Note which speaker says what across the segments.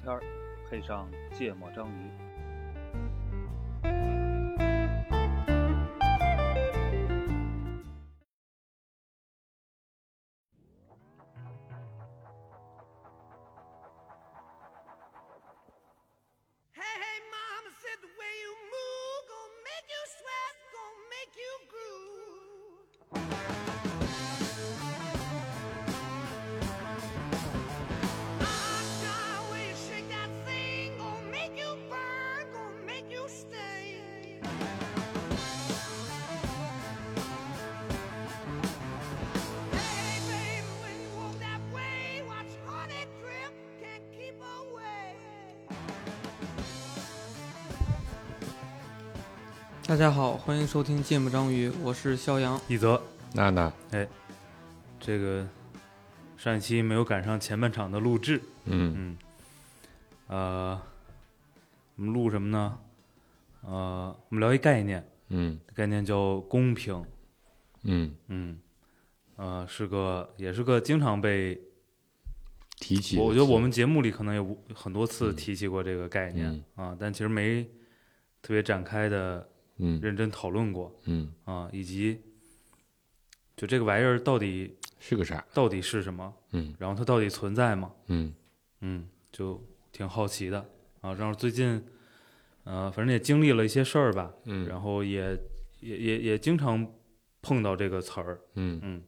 Speaker 1: 片儿，配上芥末章鱼。
Speaker 2: Hey, hey, mama said the way you move gonna make you sweat, gonna make you groove. Ah, God, way you shake that thing, gonna make you burn, gonna make you stay. Hey, baby, when you walk that way, watch honey drip, can't keep away.
Speaker 3: 大家好，欢迎收听《芥末章鱼》，我是肖阳。
Speaker 4: 一泽，
Speaker 5: 娜娜，
Speaker 4: 这个上一期没有赶上前半场的录制，
Speaker 5: 嗯，
Speaker 4: 嗯，呃，我们录什么呢？呃，我们聊一概念，
Speaker 5: 嗯
Speaker 4: 概念叫公平，
Speaker 5: 嗯，
Speaker 4: 嗯，呃，是个也是个经常被，
Speaker 5: 提起，
Speaker 4: 我我觉得我们节目里可能有无很多次提起过这个概念
Speaker 5: 嗯
Speaker 4: 啊、但其实没特别展开的
Speaker 5: 嗯
Speaker 4: 认真讨论过
Speaker 5: 嗯
Speaker 4: 啊、以及就这个玩意儿到底
Speaker 5: 是个啥？
Speaker 4: 到底是什么，
Speaker 5: 嗯
Speaker 4: 然后它到底存在吗？
Speaker 5: 嗯
Speaker 4: 嗯，就挺好奇的啊。然后最近，呃，反正也经历了一些事儿吧，
Speaker 5: 嗯
Speaker 4: 然后也也也也经常碰到这个词儿，
Speaker 5: 嗯
Speaker 4: 嗯，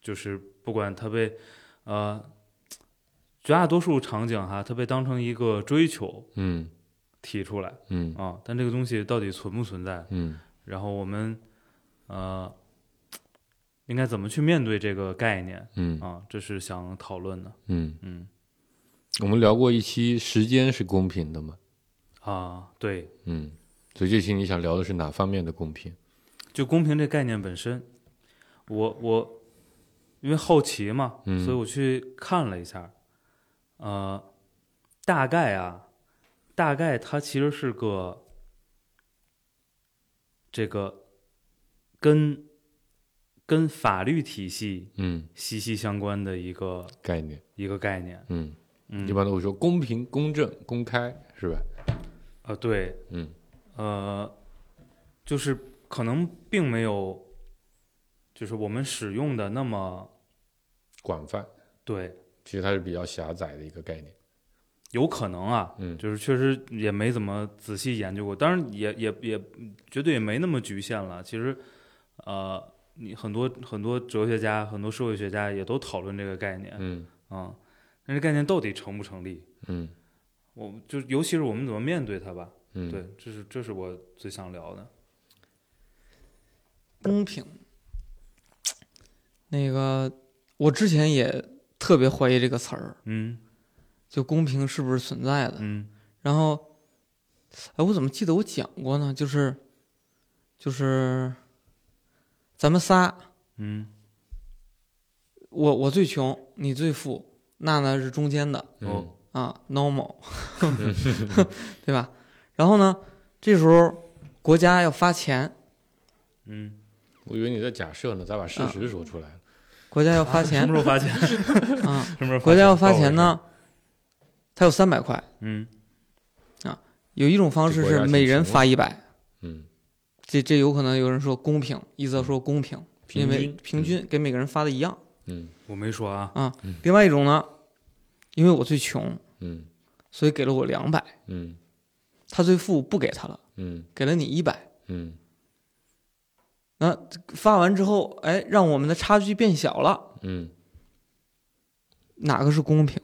Speaker 4: 就是不管它被呃绝大多数场景哈，它被当成一个追求
Speaker 5: 嗯
Speaker 4: 提出来
Speaker 5: 嗯
Speaker 4: 啊，但这个东西到底存不存在？
Speaker 5: 嗯
Speaker 4: 然后我们呃应该怎么去面对这个概念
Speaker 5: 嗯
Speaker 4: 啊？这是想讨论的，
Speaker 5: 嗯，
Speaker 4: 嗯
Speaker 5: 我们聊过一期时间是公平的嘛？
Speaker 4: 啊，对，
Speaker 5: 嗯，所以这期你想聊的是哪方面的公平？
Speaker 4: 就公平这概念本身，我我因为好奇嘛，
Speaker 5: 嗯
Speaker 4: 所以我去看了一下，呃，大概啊，大概它其实是个这个跟跟法律体系
Speaker 5: 嗯，
Speaker 4: 息息相关的一个
Speaker 5: 概念，
Speaker 4: 一个概念。
Speaker 5: 嗯，
Speaker 4: 嗯
Speaker 5: 一般都会说公平、公正、公开，是吧？
Speaker 4: 啊，对，
Speaker 5: 嗯
Speaker 4: 呃，就是可能并没有，就是我们使用的那么
Speaker 5: 广泛，
Speaker 4: 对。
Speaker 5: 其实它是比较狭窄的一个概念。
Speaker 4: 有可能啊，
Speaker 5: 嗯
Speaker 4: 就是确实也没怎么仔细研究过，当然也也也绝对也没那么局限了。其实，呃，你很多很多哲学家、很多社会学家也都讨论这个概念，
Speaker 5: 嗯
Speaker 4: 啊，但这概念到底成不成立？
Speaker 5: 嗯
Speaker 4: 我就尤其是我们怎么面对它吧，
Speaker 5: 嗯，
Speaker 4: 对，，哦这是这是我最想聊的。
Speaker 3: 公平，那个我之前也特别怀疑这个词儿，
Speaker 4: 嗯
Speaker 3: 就公平是不是存在的？
Speaker 4: 嗯
Speaker 3: 然后，哎，我怎么记得我讲过呢？就是，就是，咱们仨，
Speaker 4: 嗯
Speaker 3: 我我最穷，你最富，娜娜是中间的
Speaker 5: 嗯
Speaker 3: 啊，normal，对吧？然后呢，这时候国家要发钱，
Speaker 4: 嗯，
Speaker 5: 我以为你在假设呢，咱把事实说出来了。
Speaker 3: 国家要发
Speaker 4: 嗯什
Speaker 3: 钱
Speaker 4: 么时候发钱？
Speaker 3: 啊，
Speaker 4: 什么时候
Speaker 3: 国家要发钱？呢，它有三百块，
Speaker 4: 嗯
Speaker 3: 有一种方式
Speaker 5: 这国家
Speaker 3: 是
Speaker 5: 挺
Speaker 3: 每人
Speaker 5: 穷
Speaker 3: 发一百，
Speaker 5: 嗯
Speaker 3: 这这有可能有人说公平，一则说公平，
Speaker 5: 平
Speaker 3: 因为
Speaker 5: 均
Speaker 3: 平均给每个人发的一样。
Speaker 5: 嗯
Speaker 4: 我没说啊，
Speaker 3: 另外一种呢，因为我最穷，
Speaker 5: 嗯
Speaker 3: 所以给了我两百，
Speaker 5: 嗯
Speaker 3: 他最富不给他了，
Speaker 5: 嗯
Speaker 3: 给了你一百。
Speaker 5: 嗯
Speaker 3: 发完之后，哎，让我们的差距变小了，
Speaker 5: 嗯
Speaker 3: 哪个是公平？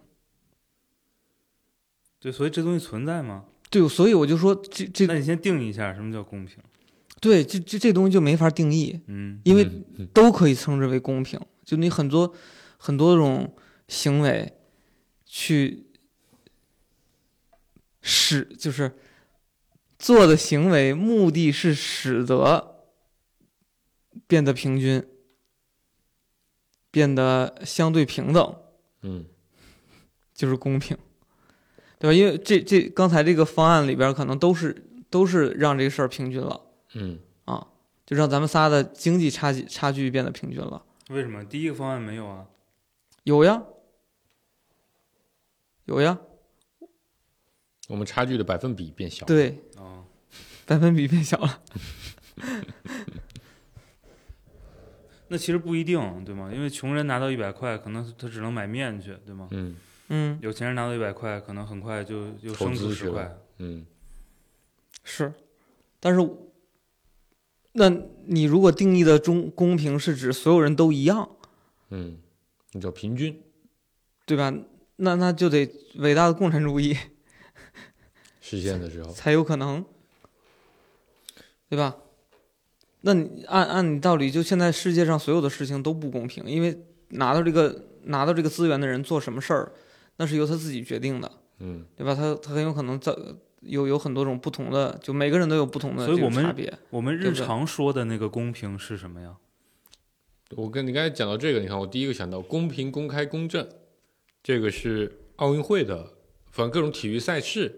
Speaker 4: 对，所以这东西存在吗？
Speaker 3: 对，所以我就说这这
Speaker 4: 那你先定义一下什么叫公平。
Speaker 3: 对这这这东西就没法定义，
Speaker 4: 嗯
Speaker 3: 因为
Speaker 5: 嗯嗯
Speaker 3: 都可以称之为公平。就你很多很多种行为去使，就是做的行为目的是使得变得平均，变得相对平等。
Speaker 5: 嗯
Speaker 3: 就是公平，对吧？因为这这刚才这个方案里边可能都是都是让这个事儿平均了
Speaker 5: 嗯
Speaker 3: 啊，就让咱们仨的经济差距差距变得平均了。
Speaker 4: 为什么第一个方案没有啊？
Speaker 3: 有呀，有呀，
Speaker 5: 我们差距的百分比变小。，
Speaker 3: 对，
Speaker 4: 啊，
Speaker 3: 百分比变小了。
Speaker 4: 那其实不一定，对吗？因为穷人拿到一百块，可能他只能买面去，对吗？
Speaker 5: 嗯
Speaker 3: 嗯，
Speaker 4: 有钱人拿到一百块，可能很快就又
Speaker 5: 投
Speaker 4: 升
Speaker 5: 资
Speaker 4: 值
Speaker 5: 去
Speaker 4: 十块。
Speaker 5: 嗯，
Speaker 3: 是，但是，那你如果定义的中公平是指所有人都一样，
Speaker 5: 嗯，你叫平均
Speaker 3: 对吧？那那就得伟大的共产主义
Speaker 5: 实现的时 候，
Speaker 3: 才有可能，对吧？那你按按你道理，就现在世界上所有的事情都不公平，因为拿到这个拿到这个资源的人做什么事儿，那是由他自己决定的，
Speaker 5: 嗯，
Speaker 3: 对吧？他他很有可能在有有很多种不同的，就每个人都有不同的
Speaker 4: 所以
Speaker 3: 这个
Speaker 4: 我们
Speaker 3: 差别。
Speaker 4: 我们日
Speaker 3: 对不对
Speaker 4: 常说的那个公平是什么呀？
Speaker 5: 我跟你刚才讲到这个，你看我第一个想到公平、公开、公正，这个是奥运会的，反正各种体育赛事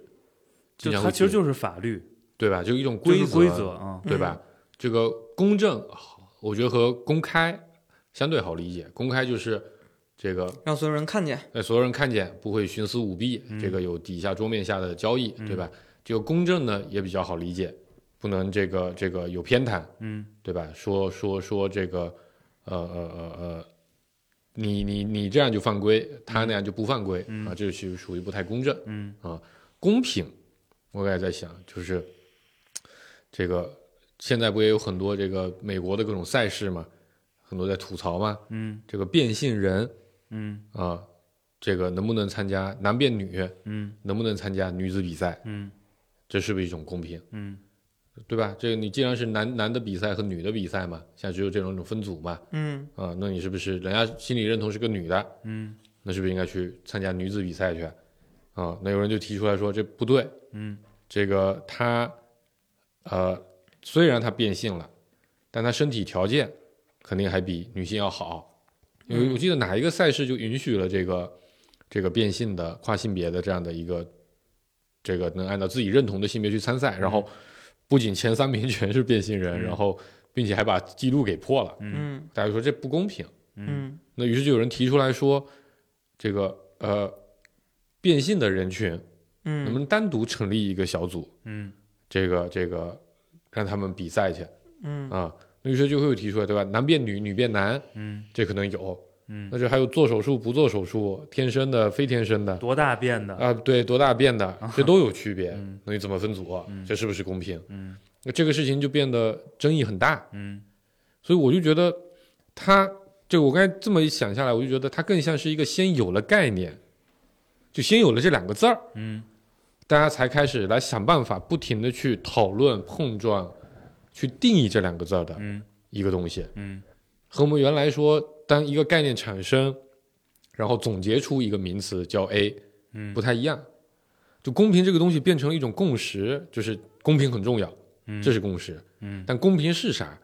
Speaker 4: 就
Speaker 5: 经常
Speaker 4: 它
Speaker 5: 会
Speaker 4: 其实
Speaker 5: 提
Speaker 4: 就是法律，
Speaker 5: 对吧？就一种
Speaker 4: 就是
Speaker 5: 规则，
Speaker 4: 规则啊。
Speaker 5: 对吧？这个公正，我觉得和公开相对好理解。公开就是这个
Speaker 3: 让所有人看见，
Speaker 5: 呃，所有人看见不会徇私舞弊，这
Speaker 4: 嗯
Speaker 5: 个有底下桌面下的交易，对吧？这个公正呢也比较好理解，不能这个这个有偏袒，
Speaker 4: 嗯，
Speaker 5: 对吧？说说说这个，呃呃呃呃，你你你这样就犯规，他那样就不犯规、啊，这是属于不太公正，
Speaker 4: 嗯
Speaker 5: 啊，公平，我刚才在想，就是这个现在不也有很多这个美国的各种赛事嘛，很多在吐槽嘛，
Speaker 4: 嗯
Speaker 5: 这个变性人。
Speaker 4: 嗯
Speaker 5: 啊，这个能不能参加男变女，
Speaker 4: 嗯
Speaker 5: 能不能参加女子比赛，
Speaker 4: 嗯
Speaker 5: 这是不是一种公平，
Speaker 4: 嗯
Speaker 5: 对吧？这个你既然是男男的比赛和女的比赛嘛，现在只有这两种分组嘛，
Speaker 3: 嗯，
Speaker 5: 啊，那你是不是人家心里认同是个女的，
Speaker 4: 嗯
Speaker 5: 那是不是应该去参加女子比赛去？啊，那有人就提出来说这不对，
Speaker 4: 嗯
Speaker 5: 这个她，呃，虽然她变性了，但她身体条件肯定还比女性要好。因
Speaker 4: 嗯
Speaker 5: 为我记得哪一个赛事就允许了这个这个变性的跨性别的这样的一个这个能按照自己认同的性别去参赛，然后不仅前三名全是变性人，
Speaker 4: 嗯
Speaker 5: 然后并且还把记录给破了。
Speaker 4: 嗯
Speaker 3: 嗯
Speaker 5: 大家就说这不公平。
Speaker 4: 嗯
Speaker 3: 嗯
Speaker 5: 那于是就有人提出来说，这个呃，变性的人群
Speaker 3: 嗯，
Speaker 5: 能不能单独成立一个小组？
Speaker 4: 嗯
Speaker 5: 这个这个让他们比赛去
Speaker 3: 嗯
Speaker 5: 啊。那于是就会有提出来，对吧？男变女，女变男，
Speaker 4: 嗯
Speaker 5: 这可能有。
Speaker 4: 嗯，
Speaker 5: 那就还有做手术不做手术，天生的非天生的
Speaker 4: 多大变的？
Speaker 5: 啊，对，多大变的，这都有区别。
Speaker 4: 嗯
Speaker 5: 那你怎么分组？啊
Speaker 4: 嗯
Speaker 5: 这是不是公平？
Speaker 4: 嗯
Speaker 5: 那这个事情就变得争议很大。
Speaker 4: 嗯
Speaker 5: 所以我就觉得他就我刚才这么一想下来，我就觉得他更像是一个先有了概念，就先有了这两个字儿，
Speaker 4: 嗯
Speaker 5: 大家才开始来想办法，不停的去讨论、碰撞，去定义这两个字儿的
Speaker 4: 嗯
Speaker 5: 一个东西。
Speaker 4: 嗯
Speaker 5: 和我们原来说，当一个概念产生，然后总结出一个名词叫 A，
Speaker 4: 嗯
Speaker 5: 不太一样。就公平这个东西变成了一种共识，就是公平很重要，
Speaker 4: 嗯，
Speaker 5: 这是共识。
Speaker 4: 嗯。
Speaker 5: 但公平是啥？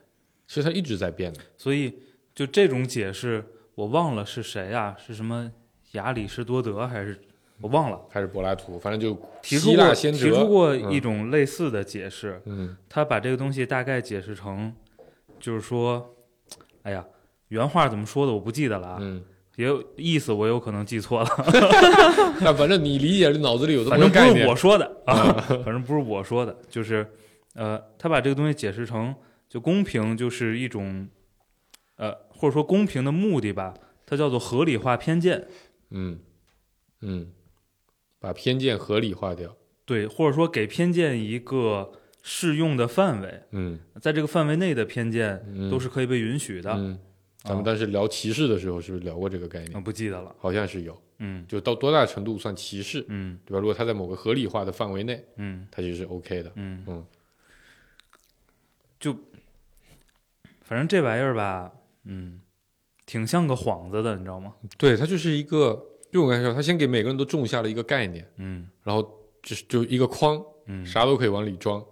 Speaker 5: 其实它一直在变的。
Speaker 4: 所以就这种解释，我忘了是谁啊？是什么亚里士多德还是我忘了？
Speaker 5: 还是柏拉图，反正就
Speaker 4: 提出
Speaker 5: 希腊
Speaker 4: 过
Speaker 5: 先
Speaker 4: 提
Speaker 5: 哲
Speaker 4: 出过一种类似的解释，
Speaker 5: 嗯
Speaker 4: 他把这个东西大概解释成，就是说，哎呀，原话怎么说的我不记得了啊，
Speaker 5: 嗯，
Speaker 4: 也有意思我有可能记错了，
Speaker 5: 那反正你理解的脑子里有这么
Speaker 4: 反
Speaker 5: 个
Speaker 4: 正不
Speaker 5: 概
Speaker 4: 是
Speaker 5: 念
Speaker 4: 我，说的啊，反正不是我说的，就是呃，他把这个东西解释成就公平就是一种，呃，或者说公平的目的吧，它叫做合理化偏见，
Speaker 5: 嗯嗯，把偏见合理化掉，
Speaker 4: 对，或者说给偏见一个适用的范围，
Speaker 5: 嗯
Speaker 4: 在这个范围内的偏见
Speaker 5: 嗯，
Speaker 4: 都是可以被允许的。
Speaker 5: 嗯，咱们当时聊歧视的时候，是不是聊过这个概念？
Speaker 4: 啊不记得了。
Speaker 5: 好像是有，
Speaker 4: 嗯
Speaker 5: 就到多大程度算歧视，
Speaker 4: 嗯
Speaker 5: 对吧？如果它在某个合理化的范围内，
Speaker 4: 嗯
Speaker 5: 它其实是 OK 的。
Speaker 4: 嗯
Speaker 5: 嗯，
Speaker 4: 就反正这玩意儿吧，嗯，挺像个幌子的，你知道吗？
Speaker 5: 对，它就是一个，就我刚才说，它先给每个人都种下了一个概念，
Speaker 4: 嗯
Speaker 5: 然后就是就一个框，
Speaker 4: 嗯
Speaker 5: 啥都可以往里装。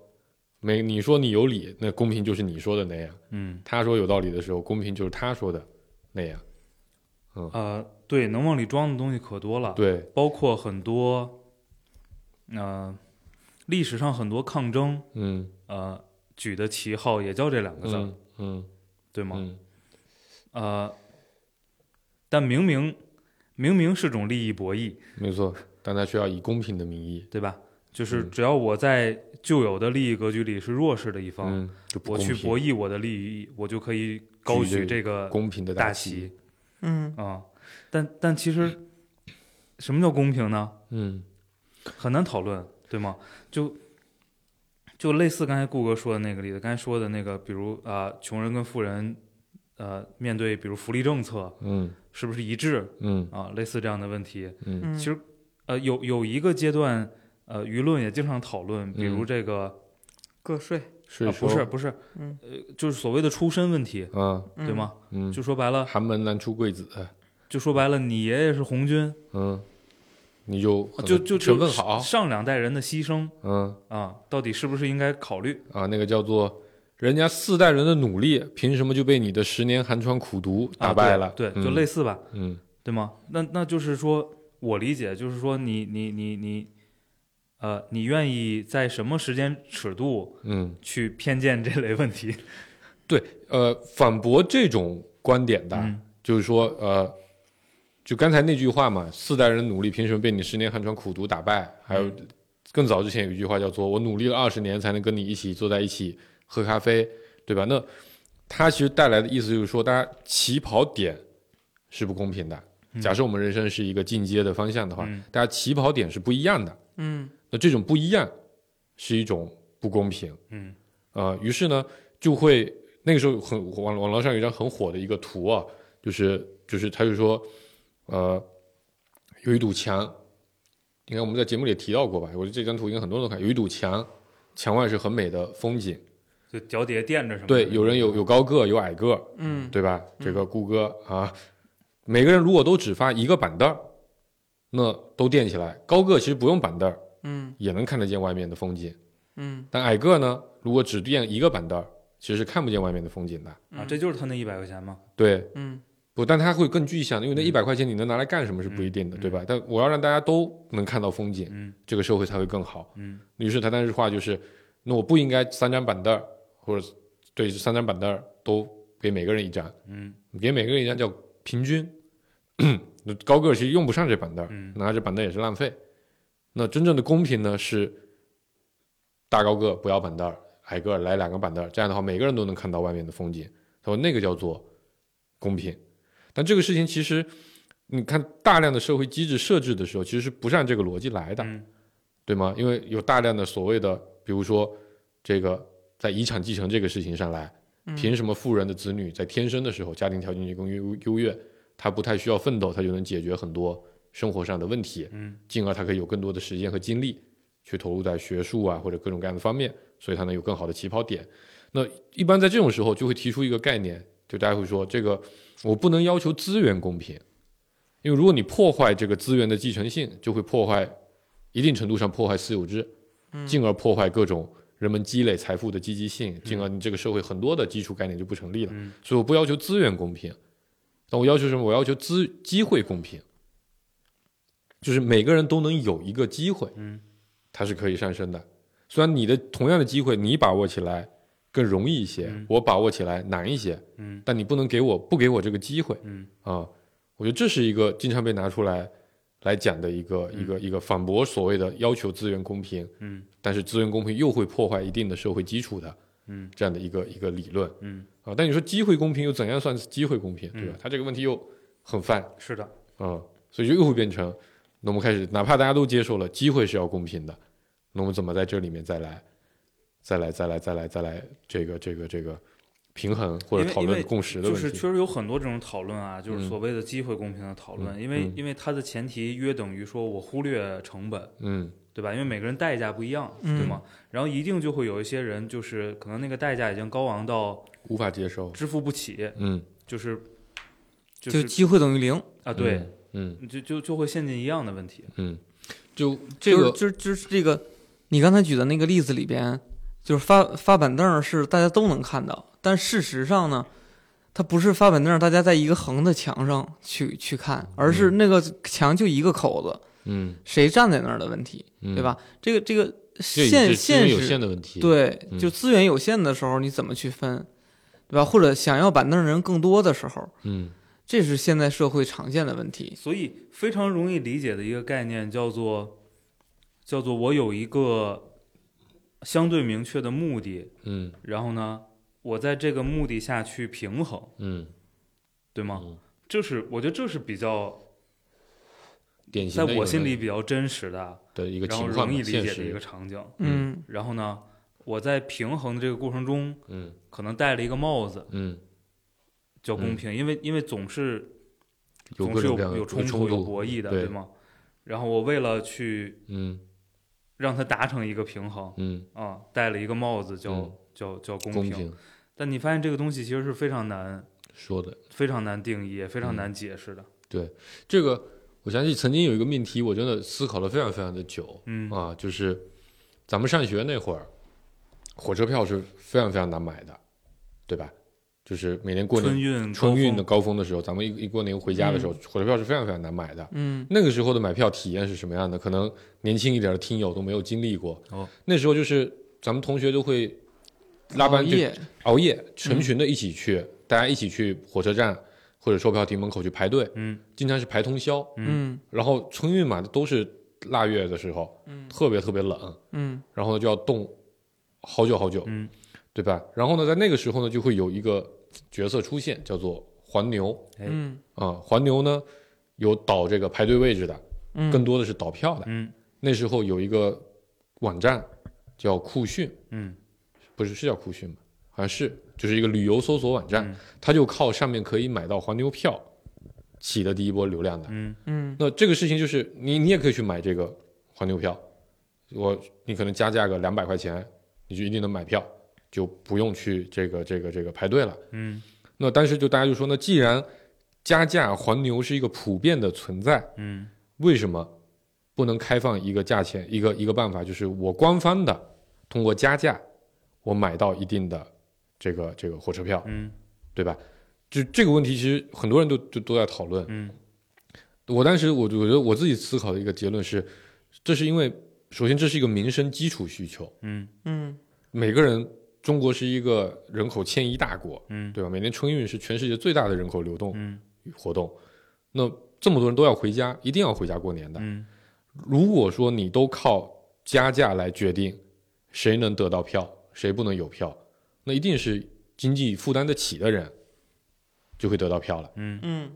Speaker 5: 每你说你有理，那公平就是你说的那样。
Speaker 4: 嗯
Speaker 5: 他说有道理的时候，公平就是他说的那样。
Speaker 4: 呃，对，能往里装的东西可多了，
Speaker 5: 对，
Speaker 4: 包括很多，呃，历史上很多抗争，
Speaker 5: 嗯，
Speaker 4: 呃，举的旗号也叫这两个字儿，
Speaker 5: 嗯嗯
Speaker 4: 对吗？
Speaker 5: 嗯，
Speaker 4: 呃，但明明明明是种利益博弈，
Speaker 5: 没错，但他需要以公平的名义，
Speaker 4: 对吧？就是
Speaker 5: 嗯
Speaker 4: 只要我在旧有的利益格局里是弱势的一方，
Speaker 5: 嗯，就不
Speaker 4: 我
Speaker 5: 公
Speaker 4: 去
Speaker 5: 平
Speaker 4: 博弈我的利益，我就可以高
Speaker 5: 举
Speaker 4: 举
Speaker 5: 这
Speaker 4: 这个
Speaker 5: 公平的
Speaker 4: 大
Speaker 5: 旗，
Speaker 4: 旗
Speaker 3: 嗯，
Speaker 4: 啊、但但其实什么叫公平呢？
Speaker 5: 嗯
Speaker 4: 很难讨论，对吗？就就类似刚才顾哥说的那个例子，刚才说的那个，比如啊、呃穷人跟富人，呃，面对比如福利政策
Speaker 5: 嗯
Speaker 4: 是不是一致
Speaker 5: 嗯
Speaker 4: 啊、类似这样的问题，
Speaker 5: 嗯
Speaker 3: 嗯
Speaker 4: 其实呃有有一个阶段，呃，舆论也经常讨论，比如
Speaker 5: 嗯
Speaker 4: 这个、
Speaker 3: 个税，
Speaker 5: 税
Speaker 4: 啊
Speaker 5: 收
Speaker 4: 不是不是，
Speaker 3: 嗯
Speaker 4: 呃，就是所谓的出身问题，
Speaker 5: 啊
Speaker 3: 嗯
Speaker 4: 对？吗？
Speaker 5: 嗯，
Speaker 4: 就说白了，
Speaker 5: 寒门难出贵子，哎
Speaker 4: 就说白了，你爷爷是红军，
Speaker 5: 嗯，你就
Speaker 4: 啊就就
Speaker 5: 成
Speaker 4: 就
Speaker 5: 问好，
Speaker 4: 上两代人的牺牲
Speaker 5: 嗯
Speaker 4: 啊，到底是不是应该考虑？
Speaker 5: 啊，那个叫做人家四代人的努力，凭什么就被你的十年寒窗苦读打败了？
Speaker 4: 啊、对，对
Speaker 5: 嗯
Speaker 4: 就类似吧，
Speaker 5: 嗯
Speaker 4: 对吗？那那就是说，我理解就是说你，你你你呃，你愿意在什么时间尺度
Speaker 5: 嗯，
Speaker 4: 去偏见这类问题？
Speaker 5: 对，呃，反驳这种观点的，
Speaker 4: 嗯
Speaker 5: 就是说，呃，就刚才那句话嘛，四代人努力，凭什么被你十年寒窗苦读打败？还有
Speaker 4: 嗯
Speaker 5: 更早之前有一句话叫做“我努力了二十年才能跟你一起坐在一起喝咖啡”，对吧？那它其实带来的意思就是说，大家起跑点是不公平的。假设我们人生是一个进阶的方向的话，
Speaker 4: 嗯
Speaker 5: 大家起跑点是不一样的。
Speaker 3: 嗯
Speaker 5: 那这种不一样是一种不公平。
Speaker 4: 嗯
Speaker 5: 呃，于是呢，就会那个时候很网网络上有一张很火的一个图啊，就是就是他就说，呃，有一堵墙，应该我们在节目里也提到过吧？我觉得这张图应该很多人都看，有一堵墙，墙外是很美的风景，
Speaker 4: 就脚底下垫着什么？
Speaker 5: 对，有人有有高个，有矮个，
Speaker 3: 嗯
Speaker 5: 对吧？这个顾哥啊，每个人如果都只发一个板凳儿，那都垫起来，高个其实不用板凳儿
Speaker 3: 嗯
Speaker 5: 也能看得见外面的风景，
Speaker 3: 嗯
Speaker 5: 但矮个呢，如果只垫一个板凳儿，其实是看不见外面的风景的。
Speaker 4: 啊，这就是他那一百块钱嘛。
Speaker 5: 对，
Speaker 3: 嗯
Speaker 5: 不，但它会更具象，因为那一百块钱你能拿来干什么是不一定的，
Speaker 4: 嗯
Speaker 5: 对吧？但我要让大家都能看到风景，
Speaker 4: 嗯
Speaker 5: 这个社会才会更好。
Speaker 4: 嗯
Speaker 5: 于是他那句话就是：那我不应该三张板凳儿，或者对三张板凳儿都给每个人一张，
Speaker 4: 嗯
Speaker 5: 给每个人一张叫平均。 那高个儿其实用不上这板凳儿，
Speaker 4: 嗯
Speaker 5: 拿着板凳也是浪费。那真正的公平呢是大高个儿不要板凳儿，矮个儿来两个板凳儿，这样的话每个人都能看到外面的风景。他说那个叫做公平，但这个事情其实你看大量的社会机制设置的时候，其实是不是按这个逻辑来的，
Speaker 4: 嗯
Speaker 5: 对吗？因为有大量的所谓的，比如说这个在遗产继承这个事情上来，
Speaker 3: 嗯，
Speaker 5: 凭什么富人的子女在天生的时候家庭条件就更优优越，他不太需要奋斗，他就能解决很多生活上的问题？
Speaker 4: 嗯
Speaker 5: 进而他可以有更多的时间和精力去投入在学术啊或者各种各样的方面，所以他能有更好的起跑点。那一般在这种时候就会提出一个概念，就大家会说，这个我不能要求资源公平，因为如果你破坏这个资源的继承性，就会破坏一定程度上破坏私有制，
Speaker 4: 嗯
Speaker 5: 进而破坏各种人们积累财富的积极性，进而你这个社会很多的基础概念就不成立了。
Speaker 4: 嗯
Speaker 5: 所以我不要求资源公平，但我要求什么？我要求资机会公平，就是每个人都能有一个机会，
Speaker 4: 嗯，
Speaker 5: 它是可以上升的。虽然你的同样的机会，你把握起来更容易一些，
Speaker 4: 嗯
Speaker 5: 我把握起来难一些，
Speaker 4: 嗯
Speaker 5: 但你不能给我不给我这个机会
Speaker 4: 嗯
Speaker 5: 啊！我觉得这是一个经常被拿出来来讲的一个、一个一个反驳所谓的要求资源公平，
Speaker 4: 嗯
Speaker 5: 但是资源公平又会破坏一定的社会基础的
Speaker 4: 嗯
Speaker 5: 这样的一个一个理论。
Speaker 4: 嗯，
Speaker 5: 啊，但你说机会公平又怎样算是机会公平，对吧？
Speaker 4: 嗯
Speaker 5: 他这个问题又很泛
Speaker 4: 是的，
Speaker 5: 啊、所以就又会变成，那我们开始，哪怕大家都接受了机会是要公平的，那我们怎么在这里面再来，再来，再来，再来，再来这个这个这个平衡或
Speaker 4: 因
Speaker 5: 者
Speaker 4: 为
Speaker 5: 讨
Speaker 4: 因
Speaker 5: 论
Speaker 4: 为
Speaker 5: 共识的
Speaker 4: 就
Speaker 5: 问题？
Speaker 4: 是确实有很多这种讨论啊，就是
Speaker 5: 嗯
Speaker 4: 所谓的机会公平的讨论，
Speaker 5: 嗯
Speaker 4: 因为
Speaker 5: 嗯
Speaker 4: 因为它的前提约等于说我忽略成本，
Speaker 5: 嗯
Speaker 4: 对吧？因为每个人代价不一样，
Speaker 3: 嗯
Speaker 4: 对吗？然后一定就会有一些人，就是可能那个代价已经高昂到
Speaker 5: 无法接受，
Speaker 4: 支付不起，
Speaker 5: 嗯
Speaker 4: 就是就
Speaker 3: 就是机会等于零，
Speaker 4: 啊，对，
Speaker 5: 嗯
Speaker 4: 就就就会陷进一样的问题。
Speaker 5: 嗯，就这
Speaker 3: 就是
Speaker 5: 个
Speaker 3: 就是就是这个，你刚才举的那个例子里边，就是发发板凳儿是大家都能看到，但事实上呢，它不是发板凳儿，大家在一个横的墙上去去看，而是那个墙就一个口子，
Speaker 5: 嗯
Speaker 3: 谁站在那儿的问题，
Speaker 5: 嗯
Speaker 3: 对？吧？这个这个
Speaker 5: 这也
Speaker 3: 现
Speaker 5: 是资源
Speaker 3: 现
Speaker 5: 有
Speaker 3: 实
Speaker 5: 限的问题，
Speaker 3: 对，
Speaker 5: 嗯
Speaker 3: 就资源有限的时候，你怎么去分，对吧？或者想要板凳儿人更多的时候，
Speaker 5: 嗯
Speaker 3: 这是现在社会常见的问题。
Speaker 4: 所以非常容易理解的一个概念叫做，叫做我有一个相对明确的目的，
Speaker 5: 嗯
Speaker 4: 然后呢，我在这个目的下去平衡，
Speaker 5: 嗯，
Speaker 4: 对吗？
Speaker 5: 嗯
Speaker 4: 这是我觉得这是比较
Speaker 5: 典型
Speaker 4: 在
Speaker 5: 的
Speaker 4: 我
Speaker 5: 一
Speaker 4: 心
Speaker 5: 个
Speaker 4: 里比较真实的，
Speaker 5: 的一个
Speaker 4: 然后
Speaker 5: 情况
Speaker 4: 容易
Speaker 5: 吧，
Speaker 4: 理解
Speaker 5: 现
Speaker 4: 的一个
Speaker 5: 实，
Speaker 4: 场景。
Speaker 3: 嗯
Speaker 4: 然后呢，我在平衡的这个过程中，
Speaker 5: 嗯
Speaker 4: 可能戴了一个帽子
Speaker 5: 嗯，
Speaker 4: 叫公平，因为因为总是
Speaker 5: 有
Speaker 4: 总
Speaker 5: 各
Speaker 4: 是
Speaker 5: 种
Speaker 4: 有
Speaker 5: 各样的
Speaker 4: 有
Speaker 5: 冲
Speaker 4: 突、有博弈的，
Speaker 5: 对
Speaker 4: 对吗？然后我为了去
Speaker 5: 嗯
Speaker 4: 让它达成一个平衡
Speaker 5: 嗯，
Speaker 4: 啊，戴了一个帽子叫、
Speaker 5: 嗯
Speaker 4: 叫叫公
Speaker 5: 公平
Speaker 4: 但你发现这个东西其实是非常难、
Speaker 5: 说的
Speaker 4: 非常难定义、也非
Speaker 5: 嗯
Speaker 4: 常难解释的。
Speaker 5: 这个，我想起曾经有一个命题，我真的思考了非常非常的久
Speaker 4: 嗯
Speaker 5: 啊，就是咱们上学那会儿，火车票是非常非常难买的，对吧？就是每年过
Speaker 4: 春
Speaker 5: 年
Speaker 4: 运
Speaker 5: 春运的
Speaker 4: 高峰嗯
Speaker 5: 高峰的时候，咱们一一过年回家的时候，火车票是非常非常难买的。
Speaker 3: 嗯
Speaker 5: 那个时候的买票体验是什么样的？可能年轻一点的听友都没有经历过。
Speaker 4: 哦
Speaker 5: 那时候就是咱们同学都会拉
Speaker 3: 熬
Speaker 5: 班就
Speaker 3: 夜，嗯
Speaker 5: 熬夜，成群的一起去，大家一起去火车站或者售票亭门口去排队，
Speaker 4: 嗯
Speaker 5: 经常是排通宵。
Speaker 3: 嗯
Speaker 5: 然后春运嘛，都是腊月的时候，
Speaker 3: 嗯
Speaker 5: 特别特别冷，
Speaker 3: 嗯
Speaker 5: 然后呢就要冻好久好久，
Speaker 4: 嗯
Speaker 5: 对吧？然后呢，在那个时候呢，就会有一个角色出现，叫做黄牛
Speaker 4: 哎
Speaker 3: 嗯
Speaker 5: 啊、黄牛呢有倒这个排队位置的，
Speaker 3: 嗯，
Speaker 5: 更多的是倒票的。
Speaker 4: 嗯
Speaker 5: 那时候有一个网站叫酷讯，
Speaker 4: 嗯
Speaker 5: 不是是叫酷讯吗？好像是，就是一个旅游搜索网站，
Speaker 4: 嗯
Speaker 5: 它就靠上面可以买到黄牛票起的第一波流量的。
Speaker 4: 嗯
Speaker 3: 嗯
Speaker 5: 那这个事情就是你你也可以去买这个黄牛票，我你可能加价个两百块钱，你就一定能买票，就不用去这个这个这个排队了。
Speaker 4: 嗯
Speaker 5: 那当时就大家就说，那既然加价黄牛是一个普遍的存在，
Speaker 4: 嗯
Speaker 5: 为什么不能开放一个价钱一个一个办法，就是我官方的通过加价，我买到一定的这个这个火车票，
Speaker 4: 嗯
Speaker 5: 对吧？就这个问题，其实很多人都都都在讨论。
Speaker 4: 嗯
Speaker 5: 我当时我我觉得我自己思考的一个结论是，这是因为首先这是一个民生基础需求，
Speaker 4: 嗯
Speaker 3: 嗯
Speaker 5: 每个人中国是一个人口迁移大国，
Speaker 4: 嗯
Speaker 5: 对吧？每年春运是全世界最大的人口流动
Speaker 4: 嗯
Speaker 5: 活动，那这么多人都要回家，一定要回家过年的。
Speaker 4: 嗯
Speaker 5: 如果说你都靠加价来决定谁能得到票，谁不能有票，那一定是经济负担得起的人就会得到票了。
Speaker 4: 嗯
Speaker 3: 嗯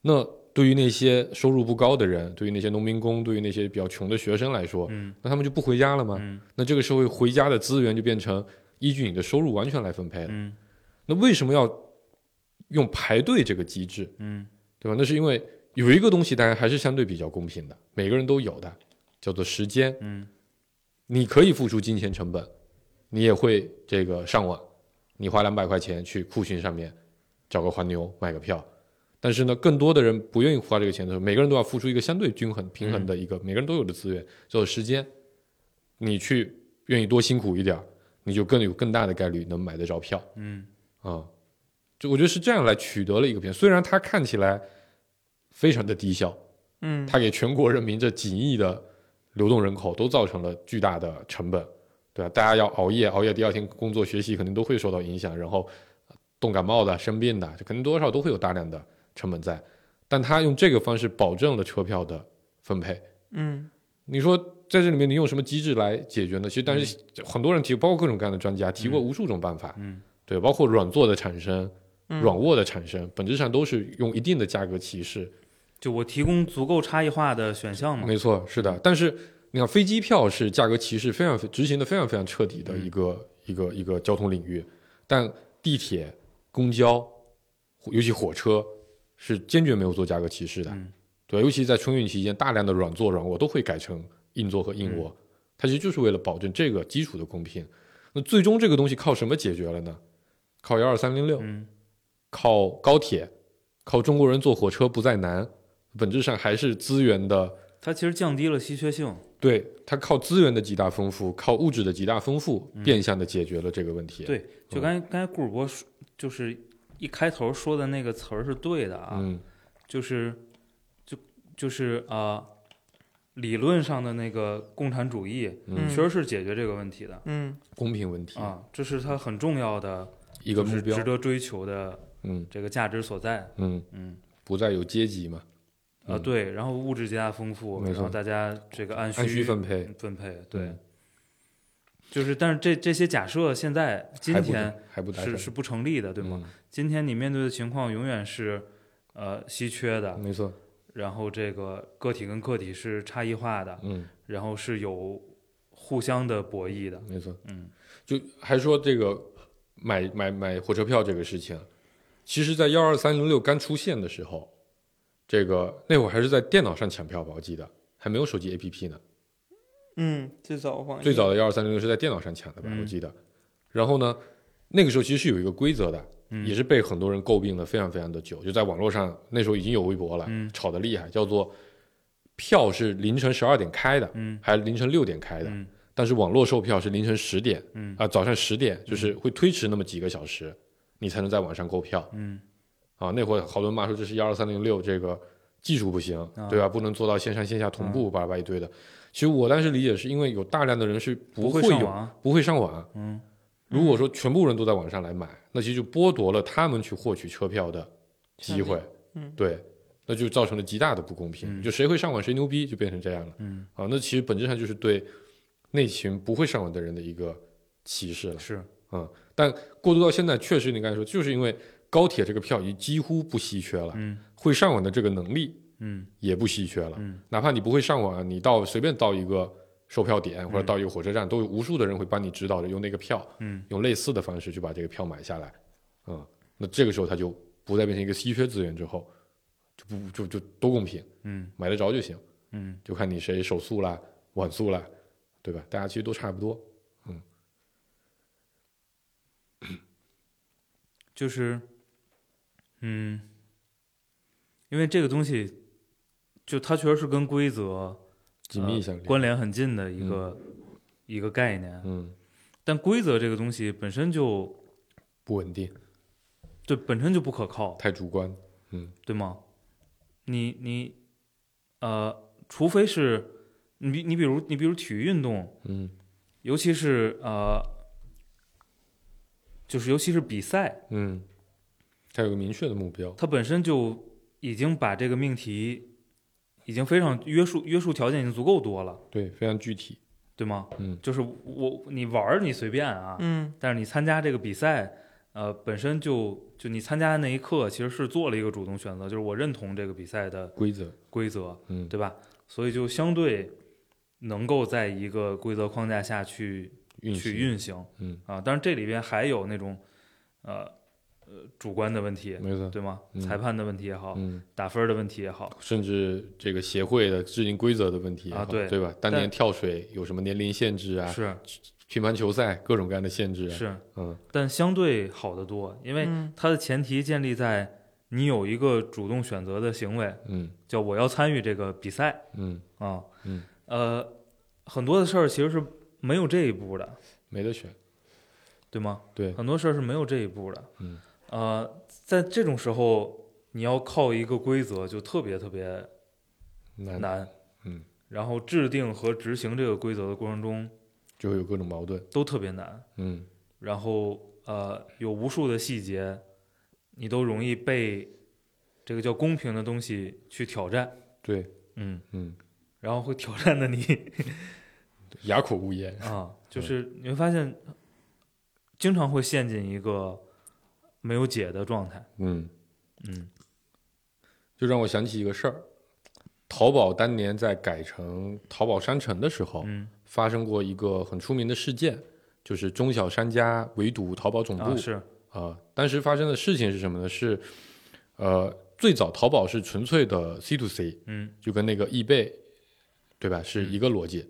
Speaker 5: 那对于那些收入不高的人，对于那些农民工，对于那些比较穷的学生来说，
Speaker 4: 嗯
Speaker 5: 那他们就不回家了吗？
Speaker 4: 嗯
Speaker 5: 那这个社会回家的资源就变成依据你的收入完全来分配了。
Speaker 4: 嗯
Speaker 5: 那为什么要用排队这个机制，
Speaker 4: 嗯
Speaker 5: 对吧？那是因为有一个东西大家还是相对比较公平的，每个人都有的，叫做时间。
Speaker 4: 嗯
Speaker 5: 你可以付出金钱成本，你也会这个上网，你花两百块钱去酷讯上面找个黄牛买个票，但是呢，更多的人不愿意花这个钱的时候，每个人都要付出一个相对均衡、平衡的一个、每个人都有的资源，叫做时间。你去愿意多辛苦一点儿，你就更有更大的概率能买得着票
Speaker 4: 嗯
Speaker 5: 啊、就我觉得是这样来取得了一个平衡，虽然它看起来非常的低效，
Speaker 3: 嗯
Speaker 5: 它给全国人民这几亿的流动人口都造成了巨大的成本，对吧、大家要熬夜，熬夜第二天工作学习肯定都会受到影响，然后呃冻感冒的、生病的，就肯定多少都会有大量的成本在。但他用这个方式保证了车票的分配，
Speaker 3: 嗯
Speaker 5: 你说在这里面你用什么机制来解决呢？其实，但是很多人提，包括各种各样的专家提过无数种办法，
Speaker 4: 嗯
Speaker 5: 对，包括软座的产生、
Speaker 3: 嗯
Speaker 5: 软卧的产生，本质上都是用一定的价格歧视
Speaker 4: 就我提供足够差异化的选项嘛。
Speaker 5: 没错，是的。但是你看，飞机票是价格歧视非常执行的非常非常彻底的一
Speaker 4: 嗯
Speaker 5: 个、一个一个交通领域，但地铁、公交，尤其火车是坚决没有做价格歧视的，
Speaker 4: 嗯
Speaker 5: 对吧，尤其在春运期间，大量的软座、软卧都会改成硬座和硬
Speaker 4: 嗯
Speaker 5: 卧，它其实就是为了保证这个基础的公平。那最终这个东西靠什么解决了呢？靠幺二三零六，
Speaker 4: 嗯
Speaker 5: 靠高铁，靠中国人坐火车不再难，本质上还是资源的
Speaker 4: 它其实降低了稀缺性。
Speaker 5: 对，它靠资源的极大丰富，靠物质的极大丰富，变相的解决了这个问题。
Speaker 4: 嗯对，
Speaker 5: 嗯
Speaker 4: 就刚才刚才顾主播说，就是一开头说的那个词儿是对的啊，
Speaker 5: 嗯
Speaker 4: 就是就就是啊、理论上的那个共产主义
Speaker 5: 嗯，
Speaker 4: 确实是解决这个问题的、
Speaker 3: 嗯
Speaker 5: 公平问题
Speaker 4: 啊，这是它很重要的
Speaker 5: 一
Speaker 4: 一
Speaker 5: 个目标
Speaker 4: 值，得追求的
Speaker 5: 嗯
Speaker 4: 这个价值所在。
Speaker 5: 嗯，
Speaker 4: 嗯，
Speaker 5: 不再有阶级嘛，
Speaker 4: 啊、
Speaker 5: 嗯
Speaker 4: 对，然后物质极大丰富，
Speaker 5: 没
Speaker 4: 然
Speaker 5: 错
Speaker 4: 后大家这个按需
Speaker 5: 按需分配，
Speaker 4: 分配，对，
Speaker 5: 嗯
Speaker 4: 就是但是这这些假设现在今
Speaker 5: 还不
Speaker 4: 天
Speaker 5: 还不搭
Speaker 4: 是
Speaker 5: 上
Speaker 4: 是不成立的，对吗？？
Speaker 5: 嗯
Speaker 4: 今天你面对的情况永远是呃稀缺的，
Speaker 5: 没错，
Speaker 4: 然后这个个体跟个体是差异化的，
Speaker 5: 嗯，
Speaker 4: 然后是有互相的博弈的，
Speaker 5: 没错，
Speaker 4: 嗯，
Speaker 5: 就还说这个买买买火车票这个事情，其实，在幺二三零六刚出现的时候，这个那会儿还是在电脑上抢票吧，我记得还没有手机 APP 呢。
Speaker 3: 嗯，最早网易
Speaker 5: 最早的幺二三零六是在电脑上抢的吧，
Speaker 4: 嗯
Speaker 5: 我记得。然后呢，那个时候其实是有一个规则的，
Speaker 4: 嗯
Speaker 5: 也是被很多人诟病的非常非常的久，就在网络上那时候已经有微博了，
Speaker 4: 嗯
Speaker 5: 吵得厉害，叫做票是凌晨十二点开的，
Speaker 4: 嗯
Speaker 5: 还是凌晨六点开的，
Speaker 4: 嗯
Speaker 5: 但是网络售票是凌晨十点
Speaker 4: 嗯
Speaker 5: 啊、早上十点就是会推迟那么几个小时，你才能在网上购票
Speaker 4: 嗯
Speaker 5: 啊。那会儿好多人骂说这是幺二三零六这个技术不行，
Speaker 4: 啊嗯
Speaker 5: 对吧？不能做到线上线下同步，巴拉巴拉一堆的。其实我当时理解是因为有大量的人是不
Speaker 4: 会
Speaker 5: 会
Speaker 4: 上
Speaker 5: 有
Speaker 4: 网，
Speaker 5: 不会上网。
Speaker 4: 嗯
Speaker 5: 如果说全部人都在网上来买，那其实就剥夺了他们去获取车票的机会，
Speaker 3: 嗯
Speaker 5: 对，那就造成了极大的不公平。
Speaker 4: 嗯
Speaker 5: 就谁会上网谁牛逼，就变成这样了
Speaker 4: 嗯，
Speaker 5: 啊。那其实本质上就是对那群不会上网的人的一个歧视了。
Speaker 4: 是，
Speaker 5: 但过渡到现在，确实你刚才说，就是因为高铁这个票已经几乎不稀缺了，
Speaker 4: 嗯
Speaker 5: 会上网的这个能力
Speaker 4: 嗯
Speaker 5: 也不稀缺了。
Speaker 4: 嗯
Speaker 5: 哪怕你不会上网，你到随便到一个售票点或者到一个火车站，都有无数的人会帮你指导着用那个票，
Speaker 4: 嗯
Speaker 5: 用类似的方式去把这个票买下来。嗯，那这个时候它就不再变成一个稀缺资源之后，就不就就都公平，
Speaker 4: 嗯
Speaker 5: 买得着就行，
Speaker 4: 嗯
Speaker 5: 就看你谁手速啦、晚速啦，对吧？大家其实都差不多。
Speaker 4: 就是，嗯，因为这个东西，就它确实是跟规则
Speaker 5: 紧密
Speaker 4: 呃
Speaker 5: 相连
Speaker 4: 关联很近的一个、一个概念。
Speaker 5: 嗯，
Speaker 4: 但规则这个东西本身就
Speaker 5: 不稳定，
Speaker 4: 对本身就不可靠，
Speaker 5: 太主观。
Speaker 4: 对吗？你你呃，除非是你比你比如你比如体育运动，
Speaker 5: 嗯
Speaker 4: 尤其是呃，就是尤其是比赛，
Speaker 5: 嗯，它有个明确的目标。
Speaker 4: 它本身就已经把这个命题已经非常约束约束条件已经足够多了，
Speaker 5: 对，非常具体。
Speaker 4: 对吗？
Speaker 5: 嗯
Speaker 4: 就是我你玩儿你随便啊，
Speaker 3: 嗯
Speaker 4: 但是你参加这个比赛，呃，本身就就你参加的那一刻其实是做了一个主动选择，就是我认同这个比赛的
Speaker 5: 规则，
Speaker 4: 规则，
Speaker 5: 嗯，
Speaker 4: 对吧？所以就相对能够在一个规则框架下去
Speaker 5: 运
Speaker 4: 去
Speaker 5: 气，
Speaker 4: 运行
Speaker 5: 嗯，
Speaker 4: 啊。当然这里边还有那种呃呃主观的问题，
Speaker 5: 没错，
Speaker 4: 对吗？
Speaker 5: 嗯
Speaker 4: 裁判的问题也好，
Speaker 5: 嗯，
Speaker 4: 打分儿的问题也好，
Speaker 5: 甚至这个协会的制定规则的问题也
Speaker 4: 啊
Speaker 5: 好
Speaker 4: 对
Speaker 5: 对吧？当
Speaker 4: 但
Speaker 5: 年跳水有什么年龄限制啊？
Speaker 4: 是
Speaker 5: 乒乓球赛各种各样的限制啊，
Speaker 4: 是，
Speaker 5: 嗯，
Speaker 4: 但相对好得多，因为
Speaker 3: 嗯
Speaker 4: 它的前提建立在你有一个主动选择的行为，
Speaker 5: 嗯
Speaker 4: 叫我要参与这个比赛
Speaker 5: 嗯，
Speaker 4: 啊，
Speaker 5: 嗯，
Speaker 4: 呃，很多的事儿其实是没有这一步的，
Speaker 5: 没得选，
Speaker 4: 对吗？
Speaker 5: 对，
Speaker 4: 很多事儿是没有这一步的，
Speaker 5: 嗯，
Speaker 4: 呃，在这种时候，你要靠一个规则就特别特别
Speaker 5: 难
Speaker 4: 难，
Speaker 5: 嗯，
Speaker 4: 然后制定和执行这个规则的过程中
Speaker 5: 就会有各种矛盾，
Speaker 4: 都特别难，
Speaker 5: 嗯，
Speaker 4: 然后呃，有无数的细节，你都容易被这个叫公平的东西去挑战，
Speaker 5: 对，
Speaker 4: 嗯，
Speaker 5: 嗯，
Speaker 4: 然后会挑战的 你
Speaker 5: 哑口无言，
Speaker 4: 啊，就是你会发现，经常会陷进一个没有解的状态，
Speaker 5: 嗯，
Speaker 4: 嗯
Speaker 5: 就让我想起一个事儿，淘宝当年在改成淘宝商城的时候，
Speaker 4: 嗯
Speaker 5: 发生过一个很出名的事件，就是中小商家围堵淘宝总部
Speaker 4: 啊是
Speaker 5: 啊，当时发生的事情是什么呢？是，呃，最早淘宝是纯粹的 C to C，
Speaker 4: 嗯
Speaker 5: 就跟那个易贝，对吧，是一个逻辑。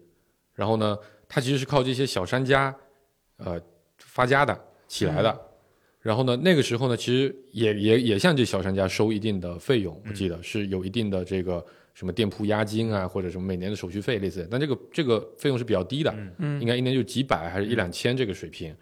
Speaker 5: 然后呢，它其实是靠这些小商家，呃，发家的起来的。然后呢，那个时候呢，其实也也也向这小商家收一定的费用，我记得是有一定的这个什么店铺押金啊，或者什么每年的手续费类似的。但这个这个费用是比较低的，
Speaker 4: 嗯
Speaker 3: 嗯
Speaker 5: 应该一年就几百还是一两千这个水平。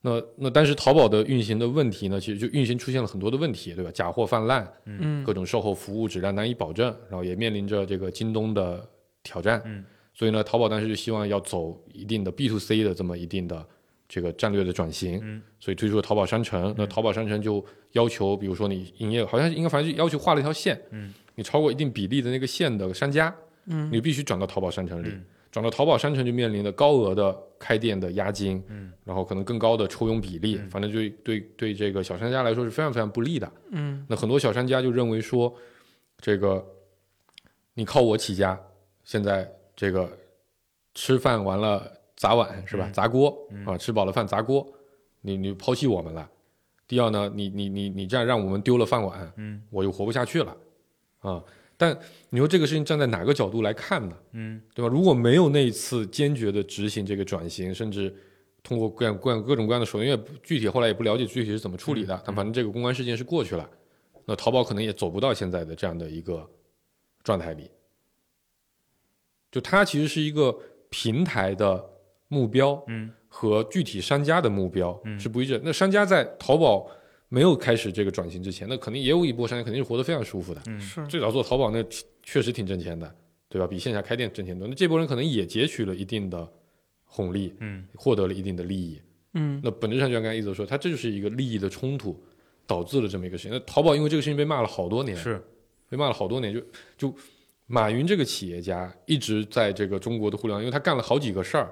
Speaker 5: 那那但是淘宝的运行的问题呢，其实就运行出现了很多的问题，对吧？假货泛滥，
Speaker 3: 嗯
Speaker 5: 各种售后服务质量难以保证，然后也面临着这个京东的挑战。
Speaker 4: 嗯，
Speaker 5: 所以呢，淘宝当时就希望要走一定的 B to C 的这么一定的这个战略的转型，
Speaker 4: 嗯
Speaker 5: 所以推出了淘宝商城。那淘宝商城就要求，比如说你营业，好像应该反正就要求画了一条线，
Speaker 4: 嗯，
Speaker 5: 你超过一定比例的那个县的商家，
Speaker 3: 嗯
Speaker 5: 你必须转到淘宝商城里。
Speaker 4: 嗯
Speaker 5: 转到淘宝商城就面临的高额的开店的押金，
Speaker 4: 嗯，
Speaker 5: 然后可能更高的抽佣比例，
Speaker 4: 嗯
Speaker 5: 反正就对对这个小商家来说是非常非常不利的。
Speaker 3: 嗯
Speaker 5: 那很多小商家就认为说，这个你靠我起家，现在这个吃饭完了砸碗是吧？
Speaker 4: 嗯
Speaker 5: 砸锅
Speaker 4: 嗯
Speaker 5: 啊，吃饱了饭砸锅，你你抛弃我们了。第二呢，你你你你这样让我们丢了饭碗，
Speaker 4: 嗯
Speaker 5: 我又活不下去了啊。但你说这个事情站在哪个角度来看呢？
Speaker 4: 嗯
Speaker 5: 对吧？如果没有那一次坚决的执行这个转型，甚至通过各样各样各种各样的手段，因为具体后来也不了解具体是怎么处理的，但反正这个公关事件是过去了，那淘宝可能也走不到现在的这样的一个状态里。就它其实是一个平台的目标
Speaker 4: 嗯
Speaker 5: 和具体商家的目标
Speaker 4: 嗯
Speaker 5: 是不一致的。那商家在淘宝没有开始这个转型之前，那肯定也有一波商家肯定是活得非常舒服的，
Speaker 4: 嗯，
Speaker 3: 是
Speaker 5: 最早做淘宝那挺确实挺挣钱的，对吧？比线下开店挣钱多。那这波人可能也截取了一定的红利，
Speaker 4: 嗯
Speaker 5: 获得了一定的利益。
Speaker 3: 嗯
Speaker 5: 那本质上就像刚才一泽说，它这就是一个利益的冲突导致了这么一个事情。那淘宝因为这个事情被骂了好多年，
Speaker 4: 是
Speaker 5: 被骂了好多年。就就马云这个企业家一直在这个中国的互联网，因为他干了好几个事儿，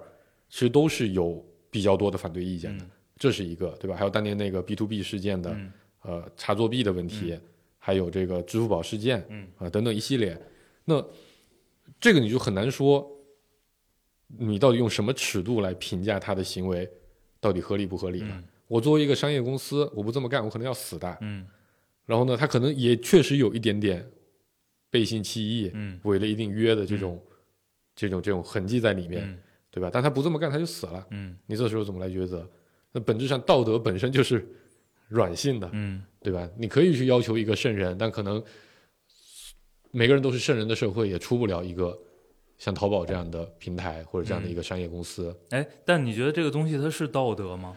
Speaker 5: 其实都是有比较多的反对意见的。
Speaker 4: 嗯
Speaker 5: 这是一个，对吧？还有当年那个 B to B 事件的、
Speaker 4: 嗯
Speaker 5: 呃查作弊的问题，还有这个支付宝事件，
Speaker 4: 嗯
Speaker 5: 啊、等等一系列。那这个你就很难说，你到底用什么尺度来评价他的行为到底合理不合理了。
Speaker 4: 嗯
Speaker 5: 我作为一个商业公司，我不这么干，我可能要死的。
Speaker 4: 嗯
Speaker 5: 然后呢，他可能也确实有一点点背信弃义，
Speaker 4: 嗯
Speaker 5: 违了一定约的这种、这种这种痕迹在里面，
Speaker 4: 嗯
Speaker 5: 对吧？但他不这么干，他就死了。
Speaker 4: 嗯
Speaker 5: 你这时候怎么来抉择？那本质上道德本身就是软性的，
Speaker 4: 嗯
Speaker 5: 对吧？你可以去要求一个圣人，但可能每个人都是圣人的社会也出不了一个像淘宝这样的平台或者这样
Speaker 4: 嗯
Speaker 5: 的一个商业公司。
Speaker 4: 哎，但你觉得这个东西它是道德吗？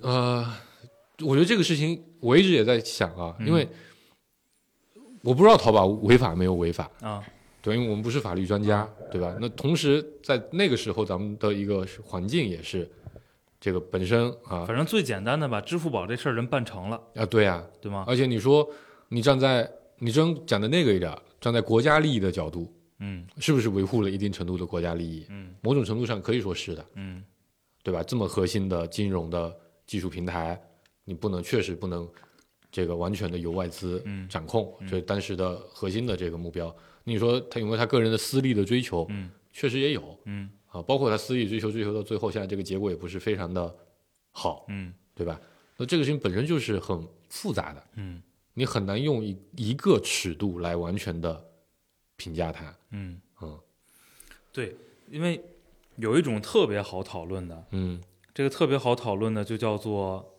Speaker 5: 呃，我觉得这个事情我一直也在想啊，
Speaker 4: 嗯
Speaker 5: 因为我不知道淘宝违法没有违法，
Speaker 4: 啊，
Speaker 5: 对，因为我们不是法律专家，对吧？那同时在那个时候，咱们的一个环境也是这个本身啊
Speaker 4: 反正最简单的吧，支付宝这事儿人办成了，
Speaker 5: 啊，对啊，
Speaker 4: 对吗？
Speaker 5: 而且你说你站在你真讲的那个一点儿，站在国家利益的角度，
Speaker 4: 嗯
Speaker 5: 是不是维护了一定程度的国家利益？
Speaker 4: 嗯
Speaker 5: 某种程度上可以说是的，
Speaker 4: 嗯
Speaker 5: 对吧？这么核心的金融的技术平台，你不能确实不能这个完全的由外资
Speaker 4: 嗯
Speaker 5: 掌控，
Speaker 4: 嗯
Speaker 5: 这是当时的核心的这个目标。你说他有没有他个人的私利的追求？
Speaker 4: 嗯
Speaker 5: 确实也有
Speaker 4: 嗯
Speaker 5: 啊，包括他私利追求追求到最后，现在这个结果也不是非常的好，
Speaker 4: 嗯
Speaker 5: 对吧？那这个事情本身就是很复杂的。
Speaker 4: 嗯
Speaker 5: 你很难用一一个尺度来完全的评价它。
Speaker 4: 嗯
Speaker 5: 嗯
Speaker 4: 对，因为有一种特别好讨论的，
Speaker 5: 嗯
Speaker 4: 这个特别好讨论的就叫做，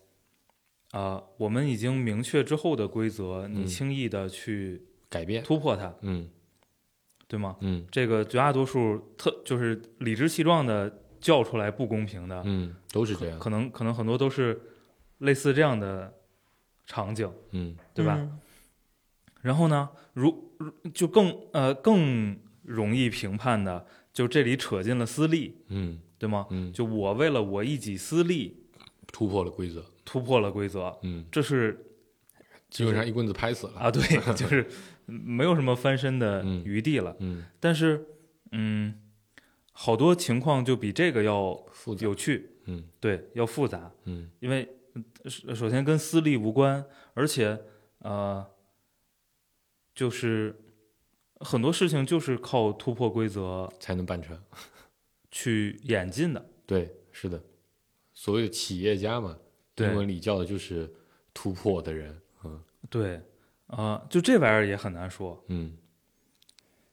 Speaker 4: 啊、我们已经明确之后的规则，你
Speaker 5: 嗯
Speaker 4: 轻易的去
Speaker 5: 改变。
Speaker 4: 突破它，
Speaker 5: 嗯
Speaker 4: 对吗？
Speaker 5: 嗯
Speaker 4: 这个绝大多数特就是理直气壮的叫出来不公平的，
Speaker 5: 嗯，都是这
Speaker 4: 可
Speaker 5: 样。
Speaker 4: 可能可能很多都是类似这样的场景，
Speaker 5: 嗯
Speaker 4: 对吧？？然后呢，如如就更呃更容易评判的，就这里扯进了私利，
Speaker 5: 嗯
Speaker 4: 对吗？
Speaker 5: 嗯，
Speaker 4: 就我为了我一己私利
Speaker 5: 突破了规则。
Speaker 4: 突破了规则，
Speaker 5: 嗯，
Speaker 4: 这是
Speaker 5: 基本上一棍子拍死了。
Speaker 4: 啊，对， 就是没有什么翻身的
Speaker 5: 嗯
Speaker 4: 余地了。
Speaker 5: 嗯，
Speaker 4: 但是，嗯，好多情况就比这个要
Speaker 5: 复杂。
Speaker 4: 有趣，
Speaker 5: 嗯
Speaker 4: 对，要复杂，
Speaker 5: 嗯
Speaker 4: 因为呃首首先跟私利无关，而且呃，就是很多事情就是靠突破规则
Speaker 5: 才能办成。
Speaker 4: 去演进的。
Speaker 5: 对，是的。所谓企业家嘛，
Speaker 4: 对
Speaker 5: 英文里叫的就是突破的人。嗯
Speaker 4: 对，啊、就这玩意儿也很难说，
Speaker 5: 嗯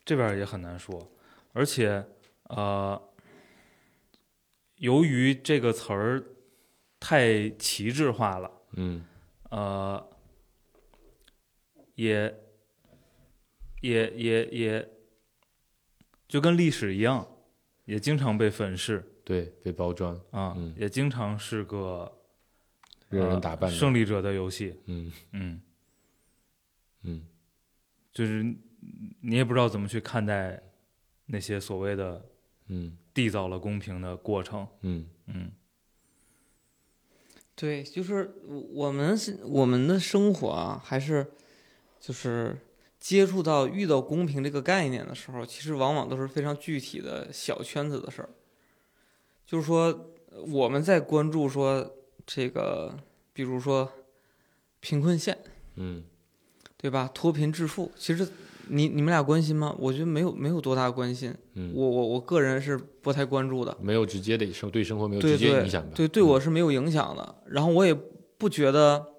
Speaker 4: 这边儿也很难说，而且呃，由于这个词儿太旗帜化了，
Speaker 5: 嗯
Speaker 4: 呃，也也也也就跟历史一样，也经常被粉饰
Speaker 5: 对，被包装，
Speaker 4: 啊，
Speaker 5: 嗯
Speaker 4: 也经常是个
Speaker 5: 任人
Speaker 4: 呃
Speaker 5: 打扮的。
Speaker 4: 胜利者的游戏，
Speaker 5: 嗯
Speaker 4: 嗯，
Speaker 5: 嗯
Speaker 4: 就是你也不知道怎么去看待那些所谓的
Speaker 5: 嗯
Speaker 4: 缔造了公平的过程，
Speaker 5: 嗯
Speaker 4: 嗯。
Speaker 3: 对，就是我我们是我们的生活啊，还是就是接触到遇到公平这个概念的时候，其实往往都是非常具体的小圈子的事儿。就是说，我们在关注说这个，比如说贫困线，
Speaker 5: 嗯
Speaker 3: 对吧？脱贫致富，其实你你们俩关心吗？我觉得没有没有多大关心，
Speaker 5: 嗯，
Speaker 3: 我我我个人是不太关注的。
Speaker 5: 没有直接的生对生活没有
Speaker 3: 对
Speaker 5: 直接
Speaker 3: 对
Speaker 5: 影响吧？嗯
Speaker 3: 对，对我是没有影响的。然后我也不觉得，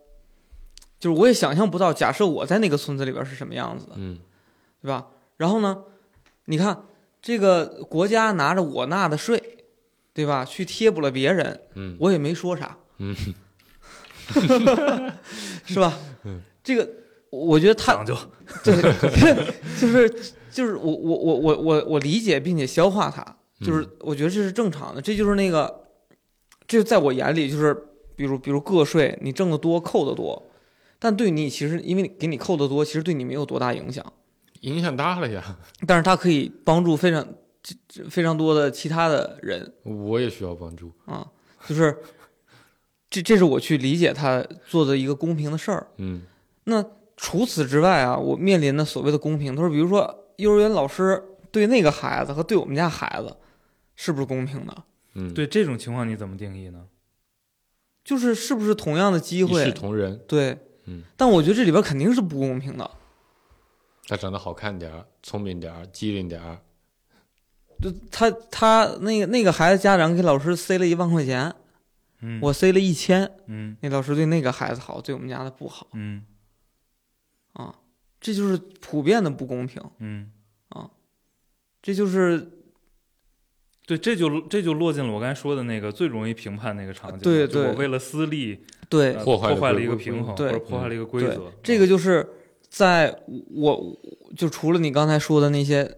Speaker 3: 就是我也想象不到，假设我在那个村子里边是什么样子的，
Speaker 5: 嗯
Speaker 3: 对吧？然后呢，你看这个国家拿着我纳的税，对吧？去贴补了别人，
Speaker 5: 嗯
Speaker 3: 我也没说啥，
Speaker 5: 嗯，
Speaker 3: 是吧？这个我觉得他
Speaker 4: 嗯讲究，
Speaker 3: 对，就是就是我我我我我我理解并且消化它，就是
Speaker 4: 嗯
Speaker 3: 我觉得这是正常的，这就是那个，这在我眼里就是，比如比如个税，你挣得多扣得多，但对你其实因为你给你扣得多，其实对你没有多大影响，
Speaker 5: 影响大了呀，
Speaker 3: 但是它可以帮助非常这这非常多的其他的人
Speaker 5: 我也需要帮助。
Speaker 3: 啊，就是这这是我去理解他做的一个公平的事儿，
Speaker 5: 嗯
Speaker 3: 那除此之外啊，我面临的所谓的公平，他说，比如说幼儿园老师对那个孩子和对我们家孩子是不是公平的？
Speaker 5: 嗯，，
Speaker 4: 对这种情况你怎么定义呢？
Speaker 3: 就是是不是同样的机
Speaker 5: 一视
Speaker 3: 会？
Speaker 5: 同仁，
Speaker 3: 对，
Speaker 5: 嗯。
Speaker 3: 但我觉得这里边肯定是不公平的。
Speaker 5: 他长得好看点儿，聪明点儿，机灵点儿，
Speaker 3: 就他他那个那个孩子家长给老师塞了一万块钱，
Speaker 4: 嗯，
Speaker 3: 我塞了一千，
Speaker 4: 嗯
Speaker 3: 那老师对那个孩子好，对我们家的不好
Speaker 4: 嗯
Speaker 3: 啊，这就是普遍的不公平，
Speaker 4: 嗯，
Speaker 3: 这就是
Speaker 4: 对，这就这就落进了我刚才说的那个最容易评判那个场景了，
Speaker 3: 啊对
Speaker 4: 就我
Speaker 3: 对
Speaker 4: 为了私利
Speaker 3: 对
Speaker 4: 呃
Speaker 5: 破
Speaker 4: 破
Speaker 5: 坏了
Speaker 4: 坏了
Speaker 5: 规
Speaker 4: 一个
Speaker 5: 规
Speaker 4: 平衡，
Speaker 3: 对
Speaker 4: 或者破坏了一个规
Speaker 3: 对，
Speaker 4: 则，
Speaker 3: 这个就是在我我就除了你刚才说的那些，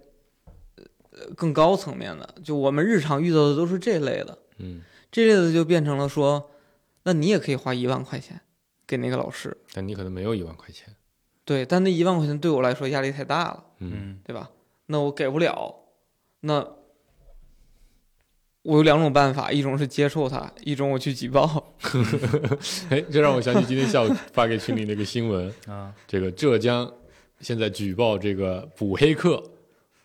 Speaker 3: 呃，更高层面的，就我们日常遇到的都是这类的，
Speaker 5: 嗯，
Speaker 3: 这类的就变成了说，那你也可以花一万块钱给那个老师，
Speaker 5: 但你可能没有一万块钱，
Speaker 3: 对，但那一万块钱对我来说压力太大了，
Speaker 5: 嗯
Speaker 4: 嗯
Speaker 3: 对吧？那我给不了，那。我有两种办法，一种是接受它，一种我去举报。
Speaker 5: 哎，这让我想起今天下午发给群里那个新闻，
Speaker 4: 啊，
Speaker 5: 这个浙江现在举报这个捕黑客，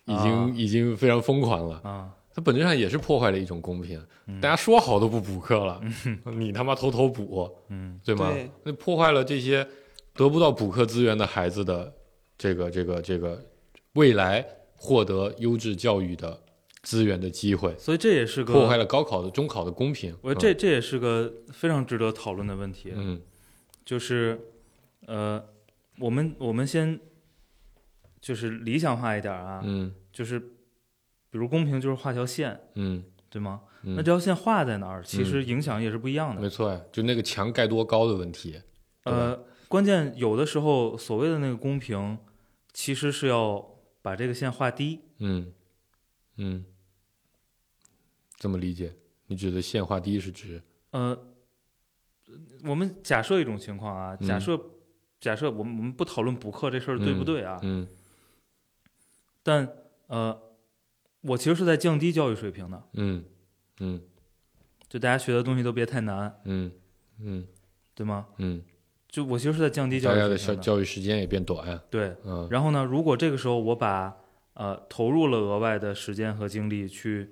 Speaker 5: 已经、
Speaker 4: 啊
Speaker 5: 已经非常疯狂了。
Speaker 4: 啊，
Speaker 5: 它本质上也是破坏了一种公平，
Speaker 4: 嗯
Speaker 5: 大家说好都不补课了， 你他妈偷偷补，
Speaker 4: 嗯
Speaker 5: 对吗
Speaker 3: 对？
Speaker 5: 那破坏了这些得不到补课资源的孩子的这个这个这个未来获得优质教育的资源的机会，
Speaker 4: 所以这也是个
Speaker 5: 破坏了高考的中考的公平。
Speaker 4: 我觉得这这也是个非常值得讨论的问题，
Speaker 5: 嗯
Speaker 4: 就是呃，我们我们先就是理想化一点啊，
Speaker 5: 嗯
Speaker 4: 就是比如公平就是画条线，
Speaker 5: 嗯
Speaker 4: 对吗？
Speaker 5: 嗯，
Speaker 4: 那这条线画在哪儿，其实影响也是不一样的。
Speaker 5: 没错呀，就那个墙盖多高的问题。对吧
Speaker 4: 呃，关键有的时候所谓的那个公平，其实是要把这个线画低。
Speaker 5: 嗯嗯，这么理解？你指的线画低是指
Speaker 4: 呃，我们假设一种情况啊，
Speaker 5: 嗯
Speaker 4: 假设、假设我们我们不讨论补课这事儿对不对啊，
Speaker 5: 嗯
Speaker 4: 但呃，我其实是在降低教育水平的，
Speaker 5: 嗯嗯
Speaker 4: 就大家学的东西都别太难，
Speaker 5: 嗯嗯
Speaker 4: 对吗？
Speaker 5: 嗯，
Speaker 4: 就我其实是在降低教
Speaker 5: 大家
Speaker 4: 育
Speaker 5: 的
Speaker 4: 水
Speaker 5: 教
Speaker 4: 平的。
Speaker 5: 教育时间也变短。
Speaker 4: 对，
Speaker 5: 嗯
Speaker 4: 然后呢，如果这个时候我把呃投入了额外的时间和精力去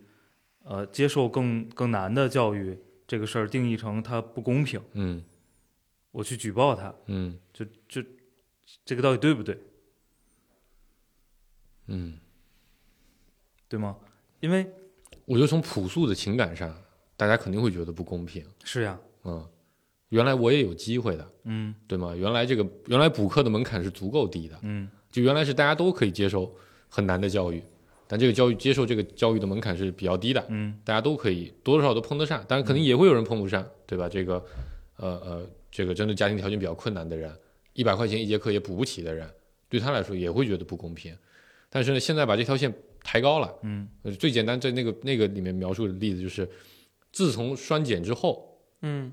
Speaker 4: 呃接受更更难的教育这个事儿，定义成它不公平，
Speaker 5: 嗯
Speaker 4: 我去举报它，
Speaker 5: 嗯
Speaker 4: 就就这个到底对不对，
Speaker 5: 嗯，
Speaker 4: 对吗？因为
Speaker 5: 我觉得从朴素的情感上，大家肯定会觉得不公平。
Speaker 4: 是呀，
Speaker 5: 嗯，原来我也有机会的，
Speaker 4: 嗯
Speaker 5: 对吗？原来这个原来补课的门槛是足够低的，
Speaker 4: 嗯
Speaker 5: 就原来是大家都可以接受很难的教育，但这个教育接受这个教育的门槛是比较低的，
Speaker 4: 嗯
Speaker 5: 大家都可以多多少少都碰得上，当然肯定也会有人碰不上，对吧？这个，呃呃，这个真的家庭条件比较困难的人，一百块钱一节课也补不起的人，对他来说也会觉得不公平。但是呢，现在把这条线抬高了，
Speaker 4: 嗯
Speaker 5: 呃最简单在那个那个里面描述的例子就是，自从双减之后，
Speaker 3: 嗯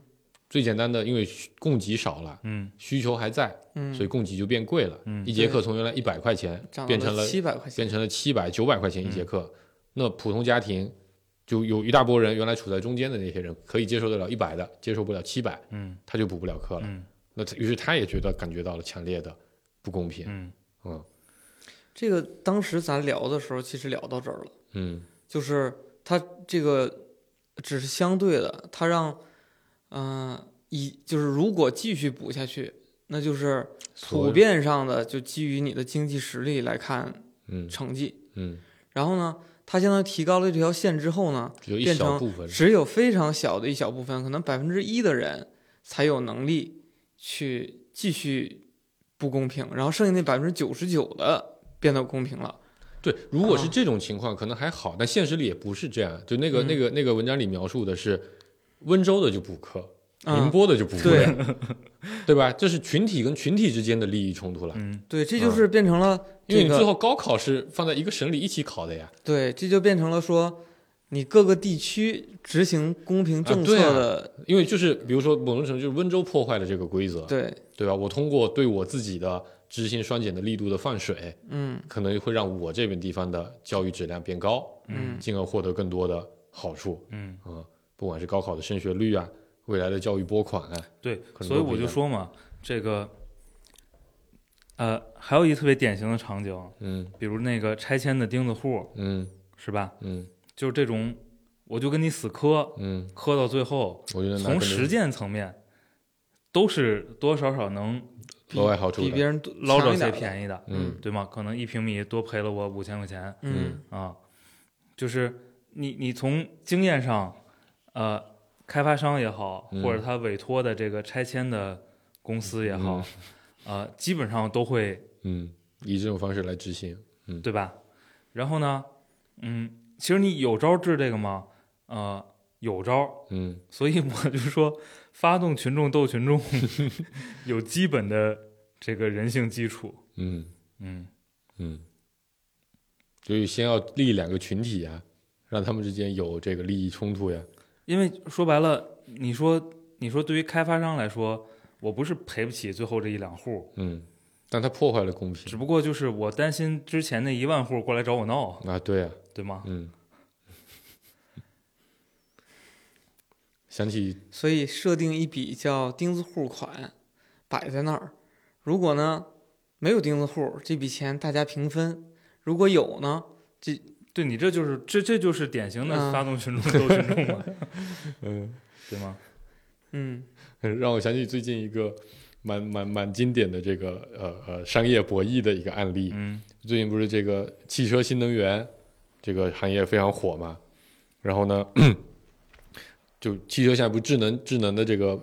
Speaker 5: 最简单的因为供给少了，
Speaker 4: 嗯
Speaker 5: 需求还在，
Speaker 3: 嗯，
Speaker 5: 所以供给就变贵了。
Speaker 4: 嗯
Speaker 5: 一节课
Speaker 3: 对
Speaker 5: 从原来一百块钱
Speaker 3: 涨
Speaker 5: 变成了
Speaker 3: 七百块钱。
Speaker 5: 变成了七百九百块钱一节课，那普通家庭就有一大波人原来处在中间的那些人可以接受得了一百的，接受不了七百，
Speaker 4: 嗯
Speaker 5: 他就补不了课了。
Speaker 4: 嗯
Speaker 5: 那他于是他也觉得感觉到了强烈的不公平。
Speaker 4: 嗯
Speaker 5: 嗯
Speaker 3: 这个当时咱聊的时候，其实聊到这儿了，
Speaker 5: 嗯
Speaker 3: 就是它这个只是相对的，它让，嗯、以就是如果继续补下去，那就是
Speaker 5: 所
Speaker 3: 普
Speaker 5: 有
Speaker 3: 遍上的就基于你的经济实力来看
Speaker 5: 嗯
Speaker 3: 成绩。
Speaker 5: 嗯，
Speaker 3: 然后呢，它相当于提高了这条线之后呢，
Speaker 5: 只有一
Speaker 3: 变成
Speaker 5: 小部分人
Speaker 3: 只有非常小的一小部分，可能百分之一的人才有能力去继续不公平，然后剩下那百分之九十九的变得公平了。
Speaker 5: 对，如果是
Speaker 3: 啊
Speaker 5: 这种情况，可能还好，但现实里也不是这样。就那个、
Speaker 3: 嗯
Speaker 5: 那个那个文章里描述的是，温州的就补课，宁
Speaker 3: 嗯，
Speaker 5: 波的就补课，
Speaker 3: 对
Speaker 5: 对吧？这是群体跟群体之间的利益冲突了，
Speaker 4: 嗯
Speaker 3: 对，这就是变成了
Speaker 5: 啊因为
Speaker 3: 这
Speaker 5: 你最
Speaker 3: 个，
Speaker 5: 后高考是放在一个省里一起考的呀。
Speaker 3: 对，这就变成了说，你各个地区执行公平政策的，
Speaker 5: 因为就是比如说某种程度就是温州破坏了这个规则，
Speaker 3: 对
Speaker 5: 对吧？我通过对我自己的执行双减的力度的放水，
Speaker 3: 嗯
Speaker 5: 可能会让我这边地方的教育质量变高，
Speaker 3: 嗯
Speaker 5: 进而获得更多的好处
Speaker 4: 嗯，
Speaker 5: 啊、不管是高考的升学率啊，未来的教育拨款啊。
Speaker 4: 对，
Speaker 5: 可能
Speaker 4: 所以
Speaker 5: 都不
Speaker 4: 我
Speaker 5: 一
Speaker 4: 就
Speaker 5: 样
Speaker 4: 说嘛，这个，呃，还有一特别典型的场景，
Speaker 5: 嗯
Speaker 4: 比如那个拆迁的钉子户，
Speaker 5: 嗯
Speaker 4: 是吧？
Speaker 5: 嗯
Speaker 4: 就是这种，我就跟你死磕，
Speaker 5: 嗯，
Speaker 4: 磕到最后，
Speaker 5: 我觉得拿
Speaker 4: 从
Speaker 5: 可能
Speaker 4: 实践层面都是多少少能
Speaker 3: 比
Speaker 5: 额外好处
Speaker 3: 比
Speaker 5: 的，
Speaker 3: 别人多
Speaker 4: 捞着
Speaker 3: 强一
Speaker 4: 些
Speaker 3: 点
Speaker 4: 便宜的，
Speaker 5: 嗯
Speaker 4: 对吗？可能一平米多赔了我五千块钱
Speaker 3: 嗯
Speaker 4: 啊，就是你你从经验上，呃，开发商也好，
Speaker 5: 嗯
Speaker 4: 或者他委托的这个拆迁的公司也好，呃，基本上都会
Speaker 5: 嗯，以这种方式来执行，
Speaker 4: 对吧？然后呢，嗯，其实你有招治这个吗？呃，有招，
Speaker 5: 嗯
Speaker 4: 所以我就说，发动群众斗群众，有基本的这个人性基础。
Speaker 5: 嗯
Speaker 4: 嗯，
Speaker 5: 嗯，就是先要立两个群体啊，让他们之间有这个利益冲突呀，
Speaker 4: 因为说白了，你说你说对于开发商来说，我不是赔不起最后这一两户，
Speaker 5: 嗯，但他破坏了公
Speaker 4: 只
Speaker 5: 平
Speaker 4: 不过就是我担心之前那一万户过来找我闹，
Speaker 5: 啊，对啊，
Speaker 4: 对吗？
Speaker 5: 嗯，想起
Speaker 3: 所以设定一笔叫钉子户款，摆在那儿。如果呢没有钉子户，这笔钱大家平分；如果有呢，
Speaker 4: 对你这就是这这就是典型的
Speaker 3: 嗯
Speaker 4: 发动群众斗群众嘛，
Speaker 5: 嗯，
Speaker 4: 对吗？
Speaker 3: 嗯
Speaker 5: 让我想起最近一个蛮蛮蛮经典的这个呃呃商业博弈的一个案例，
Speaker 4: 嗯
Speaker 5: 最近不是这个汽车新能源这个行业非常火嘛，然后呢， 就汽车现在不是智能智能的这个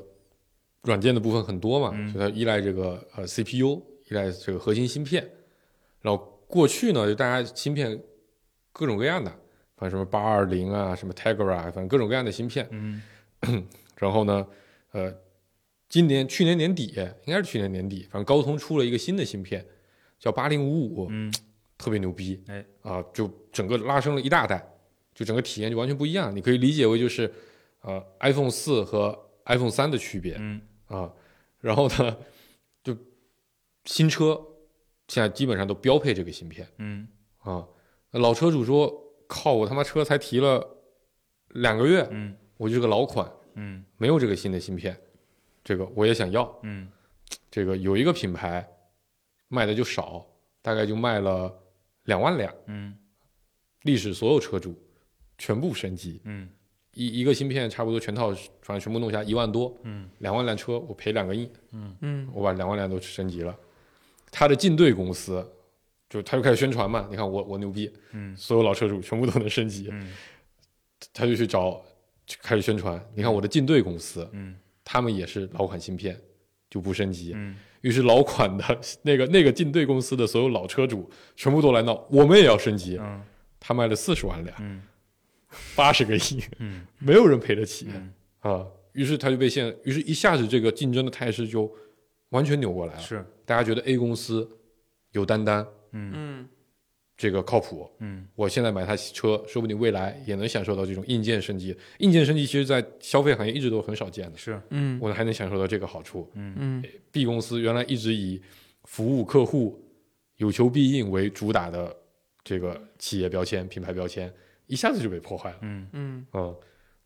Speaker 5: 软件的部分很多嘛，
Speaker 4: 嗯
Speaker 5: 所以它依赖这个呃 CPU，依赖这个核心芯片。然后过去呢，就大家芯片各种各样的，反正什么八二零啊，什么 Tegra 啊，反正各种各样的芯片。
Speaker 4: 嗯
Speaker 5: 然后呢，呃，今年去年年底应该是去年年底，反正高通出了一个新的芯片，叫八零五五，
Speaker 4: 嗯
Speaker 5: 特别牛逼，
Speaker 4: 哎
Speaker 5: 啊，就整个拉升了一大代，就整个体验就完全不一样。你可以理解为就是，呃，iPhone 四和 iPhone 三的区别
Speaker 4: 嗯
Speaker 5: 啊。然后呢，就新车现在基本上都标配这个芯片
Speaker 4: 嗯
Speaker 5: 啊。老车主说：“靠，我他妈车才提了两个月，
Speaker 4: 嗯
Speaker 5: 我就是个老款，
Speaker 4: 嗯
Speaker 5: 没有这个新的芯片，这个我也想要。”
Speaker 4: 嗯
Speaker 5: 这个有一个品牌卖的就少，大概就卖了两万辆。
Speaker 4: 嗯
Speaker 5: 历史所有车主全部升级，
Speaker 4: 嗯
Speaker 5: 一一个芯片差不多全套，反正全部弄下一万多，
Speaker 4: 嗯，
Speaker 5: 两万辆车我赔两个亿，
Speaker 3: 嗯
Speaker 5: 我把两万辆都升级了。他的竞对公司就他就开始宣传嘛，你看我我牛逼，
Speaker 4: 嗯
Speaker 5: 所有老车主全部都能升级，
Speaker 4: 嗯
Speaker 5: 他就去找就开始宣传，你看我的竞对公司，
Speaker 4: 嗯
Speaker 5: 他们也是老款芯片就不升级，
Speaker 4: 嗯
Speaker 5: 于是老款的 那个那个竞对公司的所有老车主全部都来闹，我们也要升级，
Speaker 4: 嗯
Speaker 5: 他卖了四十万辆，
Speaker 4: 嗯
Speaker 5: 八十个亿。
Speaker 4: 嗯
Speaker 5: 没有人赔得起、
Speaker 4: 嗯，
Speaker 5: 啊。于是他就被现，于是一下子这个竞争的态势就完全扭过来了。
Speaker 4: 是
Speaker 5: 大家觉得 A 公司有担当，
Speaker 4: 嗯
Speaker 3: 嗯
Speaker 5: 这个靠谱，
Speaker 4: 嗯
Speaker 5: 我现在买他车，说不定未来也能享受到这种硬件升级。硬件升级其实在消费行业一直都很少见的，
Speaker 4: 是
Speaker 3: 嗯
Speaker 5: 我还能享受到这个好处。
Speaker 4: 嗯
Speaker 3: 嗯
Speaker 5: B 公司原来一直以服务客户、有求必应为主打的这个企业标签、品牌标签，一下子就被破坏了。
Speaker 4: 嗯
Speaker 3: 嗯
Speaker 5: 嗯，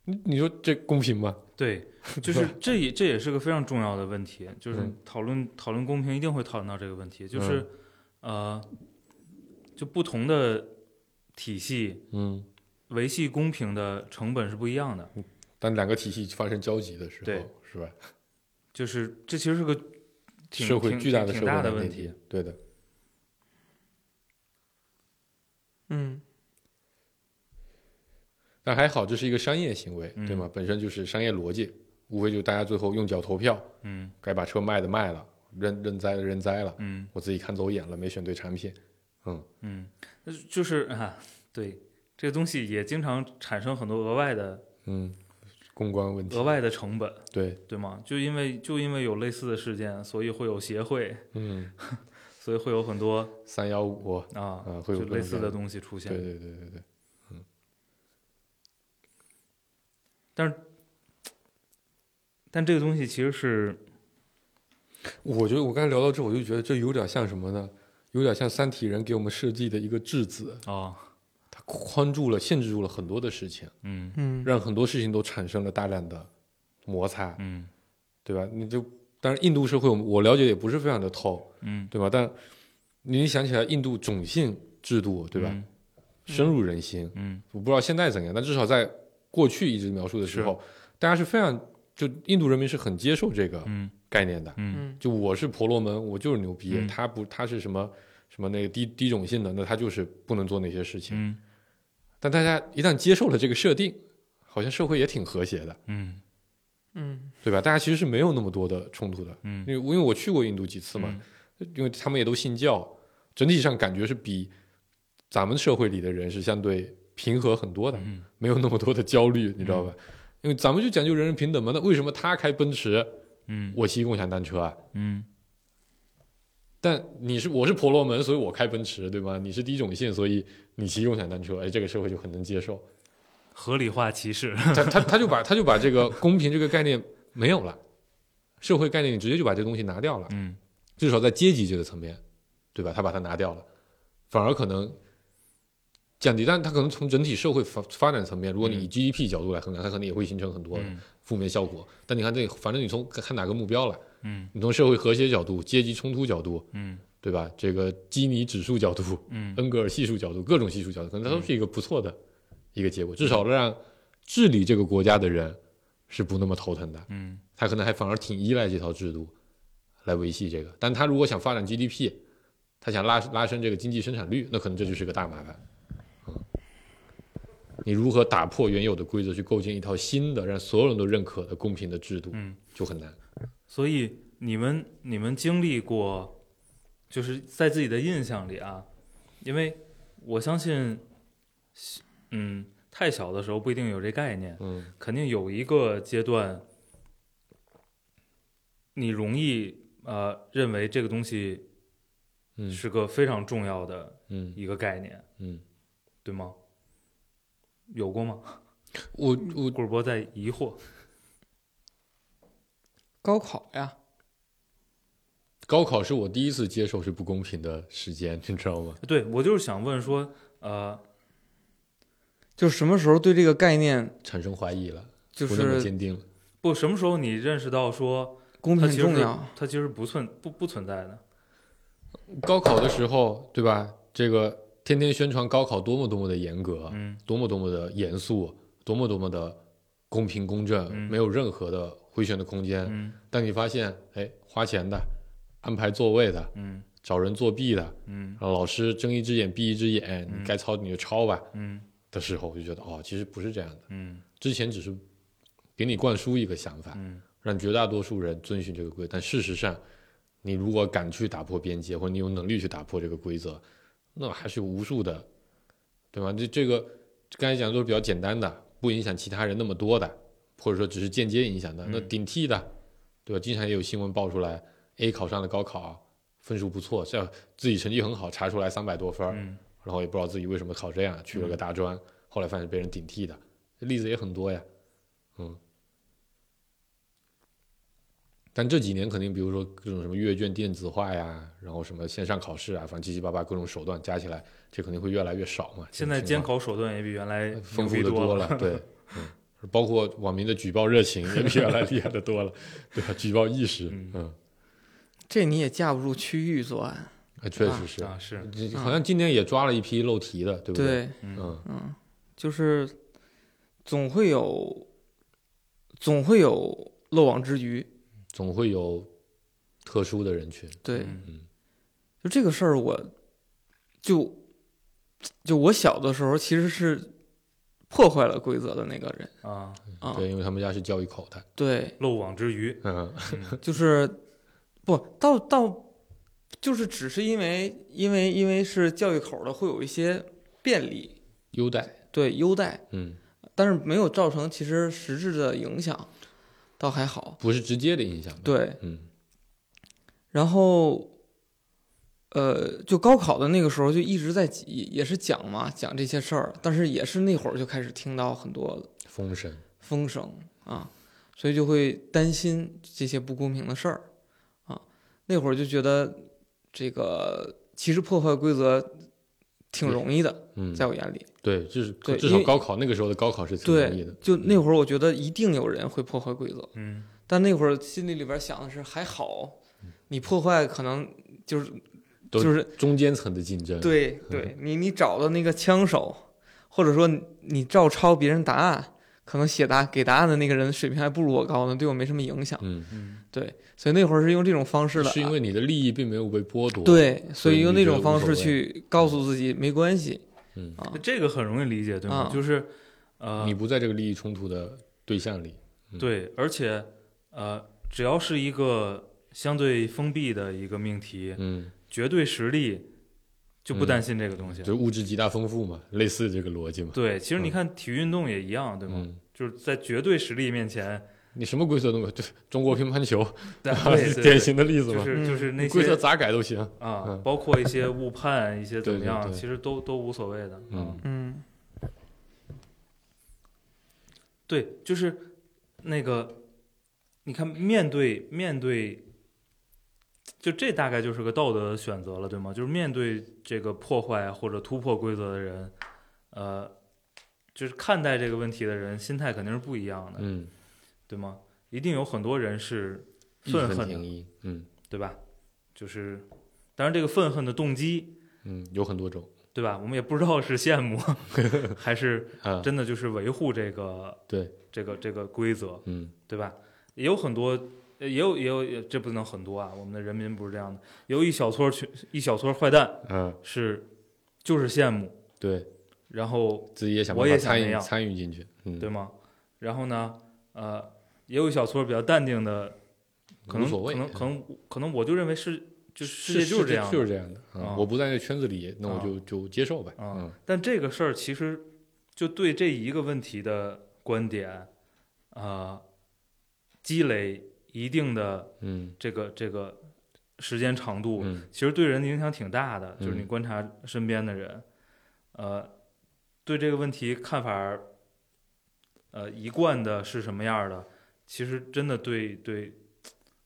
Speaker 5: 你你说这公平吗？
Speaker 4: 对，就是这也这也是个非常重要的问题，就是
Speaker 5: 嗯
Speaker 4: 讨论讨论公平一定会讨论到这个问题，就是
Speaker 5: 嗯
Speaker 4: 呃，就不同的体系
Speaker 5: 嗯，
Speaker 4: 维系公平的成本是不一样的，
Speaker 5: 当两个体系发生交集的时候，
Speaker 4: 对
Speaker 5: 是吧？
Speaker 4: 就是这其实是个挺
Speaker 5: 社会
Speaker 4: 挺
Speaker 5: 巨大的
Speaker 4: 挺
Speaker 5: 社
Speaker 4: 挺
Speaker 5: 会
Speaker 4: 大的
Speaker 5: 难
Speaker 4: 问
Speaker 5: 题
Speaker 4: 题，，
Speaker 5: 对的。
Speaker 3: 嗯，
Speaker 5: 但还好，这是一个商业行为，对吗？本身就是商业逻辑，无非就是大家最后用脚投票，
Speaker 4: 嗯
Speaker 5: 该把车卖的卖了，认认栽的认栽了，
Speaker 4: 嗯
Speaker 5: 我自己看走眼了，没选对产品。
Speaker 4: 嗯，那就是啊，对这个东西也经常产生很多额外的
Speaker 5: 嗯，公关问题
Speaker 4: 额，外的成本，
Speaker 5: 对，
Speaker 4: 对吗？就因为就因为有类似的事件，所以会有协会，
Speaker 5: 嗯，
Speaker 4: 所以会有很多
Speaker 5: 三幺五，
Speaker 4: 啊
Speaker 5: 啊会有
Speaker 4: 就
Speaker 5: 各种
Speaker 4: 类似
Speaker 5: 各样的
Speaker 4: 的东西出现
Speaker 5: 对。对对对对，
Speaker 4: 但这个东西其实是，
Speaker 5: 我觉得我刚才聊到这，我就觉得这有点像什么呢？有点像三体人给我们设计的一个质子，
Speaker 4: 哦，
Speaker 5: 它框住了、限制住了很多的事情，
Speaker 4: 嗯
Speaker 3: 嗯，
Speaker 5: 让很多事情都产生了大量的摩擦，
Speaker 4: 嗯
Speaker 5: 对吧？你就，当然印度社会我们我了解也不是非常的透，
Speaker 4: 嗯，
Speaker 5: 对吧？但你想起来印度种姓制度，对吧？
Speaker 4: 嗯
Speaker 5: 深入人心，
Speaker 4: 嗯
Speaker 5: 我不知道现在怎样，但至少在过去一直描述的时候，大家是非常就印度人民是很接受这个
Speaker 4: 嗯
Speaker 5: 概念的。
Speaker 4: 嗯
Speaker 3: 嗯
Speaker 5: 就我是婆罗门，我就是牛逼，
Speaker 4: 嗯
Speaker 5: 他不他是什么什么那个低低种姓的，那他就是不能做那些事情。
Speaker 4: 嗯
Speaker 5: 但大家一旦接受了这个设定，好像社会也挺和谐的，
Speaker 4: 嗯
Speaker 3: 嗯，
Speaker 5: 对吧？大家其实是没有那么多的冲突的。
Speaker 4: 嗯
Speaker 5: 因为因为我去过印度几次嘛，
Speaker 4: 嗯
Speaker 5: 因为他们也都信教，整体上感觉是比咱们社会里的人是相对平和很多的。
Speaker 4: 嗯
Speaker 5: 没有那么多的焦虑，你知道吧？因为咱们就讲究人人平等嘛。那为什么他开奔驰，
Speaker 4: 嗯
Speaker 5: 我骑共享单车啊？
Speaker 4: 嗯
Speaker 5: 但你是我是婆罗门，所以我开奔驰，对吧？你是低种姓，所以你骑共享单车，哎，这个社会就很能接受。
Speaker 4: 合理化歧视，
Speaker 5: 他他他就把他就把这个公平这个概念没有了，社会概念你直接就把这东西拿掉了，
Speaker 4: 嗯
Speaker 5: 至少在阶级这个层面，对吧？他把它拿掉了，反而可能降低。但他可能从整体社会发发展层面，如果你以 GDP 角度来衡量，它可能也会形成很多
Speaker 4: 嗯
Speaker 5: 负面效果。但你看这，反正你从看哪个目标来，
Speaker 4: 嗯
Speaker 5: 你从社会和谐角度、阶级冲突角度，
Speaker 4: 嗯
Speaker 5: 对吧？这个基尼指数角度、
Speaker 4: 嗯
Speaker 5: 恩格尔系数角度、各种系数角度，可能它都是一个不错的一个结果，至少让治理这个国家的人是不那么头疼的。
Speaker 4: 嗯
Speaker 5: 他可能还反而挺依赖这套制度来维系这个。但他如果想发展 GDP，他想拉拉升这个经济生产率，那可能这就是个大麻烦。嗯，你如何打破原有的规则，去构建一套新的让所有人都认可的公平的制度，
Speaker 4: 嗯，
Speaker 5: 就很难。
Speaker 4: 所以你们你们经历过，就是在自己的印象里啊，因为我相信，嗯，太小的时候不一定有这概念，
Speaker 5: 嗯
Speaker 4: 肯定有一个阶段，你容易呃认为这个东西
Speaker 5: 嗯
Speaker 4: 是个非常重要的
Speaker 5: 嗯
Speaker 4: 一个概念，
Speaker 5: 嗯，
Speaker 4: 对吗？有过吗？
Speaker 5: 我我
Speaker 4: 顾尔博在疑惑。
Speaker 3: 高考呀，
Speaker 5: 高考是我第一次接受是不公平的时间，你知道吗？
Speaker 4: 对我就是想问说，呃，
Speaker 3: 就什么时候对这个概念
Speaker 5: 产生怀疑了，
Speaker 3: 就
Speaker 5: 不那么
Speaker 3: 是
Speaker 5: 坚定了。
Speaker 4: 不，什么时候你认识到说
Speaker 3: 公
Speaker 4: 它
Speaker 3: 平
Speaker 4: 其
Speaker 3: 很
Speaker 4: 实
Speaker 3: 重
Speaker 4: 是
Speaker 3: 要？
Speaker 4: 它其实不存不不存在的？
Speaker 5: 高考的时候，对吧？这个天天宣传高考多么多么的严格，
Speaker 4: 嗯
Speaker 5: 多么多么的严肃，多么多么的公平公正，
Speaker 4: 嗯
Speaker 5: 没有任何的回旋的空间。
Speaker 4: 嗯
Speaker 5: 但你发现，哎，花钱的，安排座位的，
Speaker 4: 嗯
Speaker 5: 找人作弊的，
Speaker 4: 嗯
Speaker 5: 然后老师睁一只眼闭一只眼，
Speaker 4: 嗯
Speaker 5: 你该抄你就抄吧
Speaker 4: 嗯
Speaker 5: 的时候，我就觉得哦，其实不是这样的。
Speaker 4: 嗯
Speaker 5: 之前只是给你灌输一个想法，
Speaker 4: 嗯
Speaker 5: 让绝大多数人遵循这个规则。但事实上，你如果敢去打破边界，或者你有能力去打破这个规则，那还是有无数的，对吧？这这个刚才讲的都是比较简单的，不影响其他人那么多的，或者说只是间接影响的。那顶替的，对吧？经常也有新闻爆出来，A 考上了高考，分数不错，这自己成绩很好，查出来三百多分儿，
Speaker 4: 嗯
Speaker 5: 然后也不知道自己为什么考这样，去了个大专，后来发现被人顶替的，例子也很多呀，嗯。但这几年肯定，比如说各种什么阅卷电子化呀，然后什么线上考试啊，反正七七八八各种手段加起来，这肯定会越来越少嘛。
Speaker 4: 现在
Speaker 5: 这种情
Speaker 4: 监
Speaker 5: 况
Speaker 4: 考手段也比原来
Speaker 5: 呃丰
Speaker 4: 牛逼
Speaker 5: 富 的
Speaker 4: 多
Speaker 5: 了，对，嗯，包括网民的举报热情也比原来厉害的多了，对吧？举报意识，嗯，
Speaker 3: 这你也架不住区域作案，
Speaker 5: 啊确实是，
Speaker 4: 啊，是
Speaker 5: 这好像今年也抓了一批漏题的，对不？
Speaker 3: 对，
Speaker 5: 嗯，
Speaker 3: 就是总会有总会有漏网之鱼，
Speaker 5: 总会有特殊的人群，
Speaker 3: 对，
Speaker 5: 嗯
Speaker 3: 就这个事儿，我就就我小的时候其实是破坏了规则的那个人
Speaker 4: 啊，
Speaker 3: 啊，
Speaker 5: 对，因为他们家是教育口袋，
Speaker 3: 对，
Speaker 4: 漏网之鱼，
Speaker 5: 嗯，
Speaker 3: 就是不到到就是只是因为因为因为是教育口儿的会有一些便利，
Speaker 5: 优待，
Speaker 3: 对优待，
Speaker 5: 嗯，
Speaker 3: 但是没有造成其实实质的影响，倒还好，
Speaker 5: 不是直接的影响，，
Speaker 3: 对，
Speaker 5: 嗯
Speaker 3: 然后，呃，就高考的那个时候就一直在也也是讲嘛，讲这些事儿，但是也是那会儿就开始听到很多
Speaker 5: 风神，
Speaker 3: 风声啊，所以就会担心这些不公平的事儿啊。那会儿就觉得这个其实破坏规则挺容易的，
Speaker 5: 嗯，
Speaker 3: 在我眼里，
Speaker 5: 对，就是
Speaker 3: 对
Speaker 5: 至
Speaker 3: 因
Speaker 5: 少
Speaker 3: 为
Speaker 5: 高考那个时候的高考是挺容
Speaker 3: 对
Speaker 5: 易的，，嗯
Speaker 3: 就那会儿我觉得一定有人会破坏规则，
Speaker 4: 嗯，
Speaker 3: 但那会儿心里里边想的是还好，你破坏可能就是
Speaker 5: 嗯都
Speaker 3: 就是
Speaker 5: 中间层的竞争，，
Speaker 3: 对对，你你找的那个枪手，或者说你你照抄别人答案，可能写答给答案的那个人水平还不如我高呢，对我没什么影响。
Speaker 5: 嗯，
Speaker 3: 对，所以那会儿是用这种方式的，
Speaker 5: 是因为你的利益并没有被剥夺，，
Speaker 3: 对，
Speaker 5: 所
Speaker 3: 所
Speaker 5: 以
Speaker 3: 以用
Speaker 5: 你
Speaker 3: 那
Speaker 5: 觉得
Speaker 3: 种
Speaker 5: 无
Speaker 3: 方式
Speaker 5: 所谓
Speaker 3: 去告诉自己没关系。
Speaker 5: 嗯，
Speaker 3: 啊
Speaker 4: 那这个很容易理解，对吗？
Speaker 3: 啊
Speaker 4: 就是呃
Speaker 5: 你，不在这个利益冲突的对象里，
Speaker 4: 对，而且呃，只要是一个相对封闭的一个命题，
Speaker 5: 嗯，
Speaker 4: 绝对实力就不担心这个东西。
Speaker 5: 就是物质极大丰富嘛，类似这个逻辑嘛，
Speaker 4: 对，其实你看体育运动也一样，对吗？
Speaker 5: 嗯，
Speaker 4: 就是在绝对实力面前，
Speaker 5: 你什么规则都没有，对，中国乒乓球
Speaker 4: 对对对
Speaker 5: 典型的例子
Speaker 4: 就
Speaker 5: 嘛，
Speaker 4: 是就是那
Speaker 5: 嗯规则
Speaker 4: 些
Speaker 5: 咋改都行，
Speaker 4: 啊
Speaker 5: 嗯，
Speaker 4: 包括一些误判，一些怎么
Speaker 5: 对对
Speaker 4: 样，
Speaker 5: 对
Speaker 4: 其实都都无所谓的。
Speaker 5: 嗯，
Speaker 3: 嗯
Speaker 4: 对，就是那个，你看，面对面对，就这大概就是个道德选择了，对吗？就是面对这个破坏或者突破规则的人，呃，就是看待这个问题的人，心态肯定是不一样的，
Speaker 5: 嗯，
Speaker 4: 对吗？一定有很多人是
Speaker 5: 义
Speaker 4: 愤
Speaker 5: 愤
Speaker 4: 恨
Speaker 5: 填
Speaker 4: 的，
Speaker 5: 膺，嗯
Speaker 4: 对吧？就是，当然这个愤恨的动机，
Speaker 5: 嗯，有很多种
Speaker 4: 对吧？我们也不知道是羡慕 还是
Speaker 5: 啊，
Speaker 4: 真的就是维护这个
Speaker 5: 对，
Speaker 4: 这个这个规则，
Speaker 5: 嗯
Speaker 4: 对吧？也有很多，呃也有也有，也这不能很多啊。我们的人民不是这样的，有一小撮群，一小撮坏蛋
Speaker 5: 嗯，
Speaker 4: 是就是羡慕，
Speaker 5: 对
Speaker 4: 然后
Speaker 5: 自己也想
Speaker 4: 我
Speaker 5: 办法
Speaker 4: 也想
Speaker 5: 参
Speaker 4: 那
Speaker 5: 与
Speaker 4: 样
Speaker 5: 参与进去，嗯，
Speaker 4: 对吗？然后呢，呃，也有一小撮比较淡定的，可
Speaker 5: 无
Speaker 4: 能
Speaker 5: 所谓，
Speaker 4: 可能
Speaker 5: 嗯
Speaker 4: 可能可能我就认为是就是世
Speaker 5: 是
Speaker 4: 界就是这样
Speaker 5: 就
Speaker 4: 的
Speaker 5: 是这样的。嗯
Speaker 4: 啊
Speaker 5: 我不在那圈子里，那我
Speaker 4: 啊
Speaker 5: 就就接受呗。
Speaker 4: 啊
Speaker 5: 嗯，
Speaker 4: 但这个事儿其实就对这一个问题的观点啊、呃积累一定的
Speaker 5: 嗯
Speaker 4: 这个这个时间长度，
Speaker 5: 嗯
Speaker 4: 其实对人的影响挺大的，就是你
Speaker 5: 嗯
Speaker 4: 观察身边的人，呃，对这个问题看法儿，呃，一贯的是什么样儿的，其实真的对对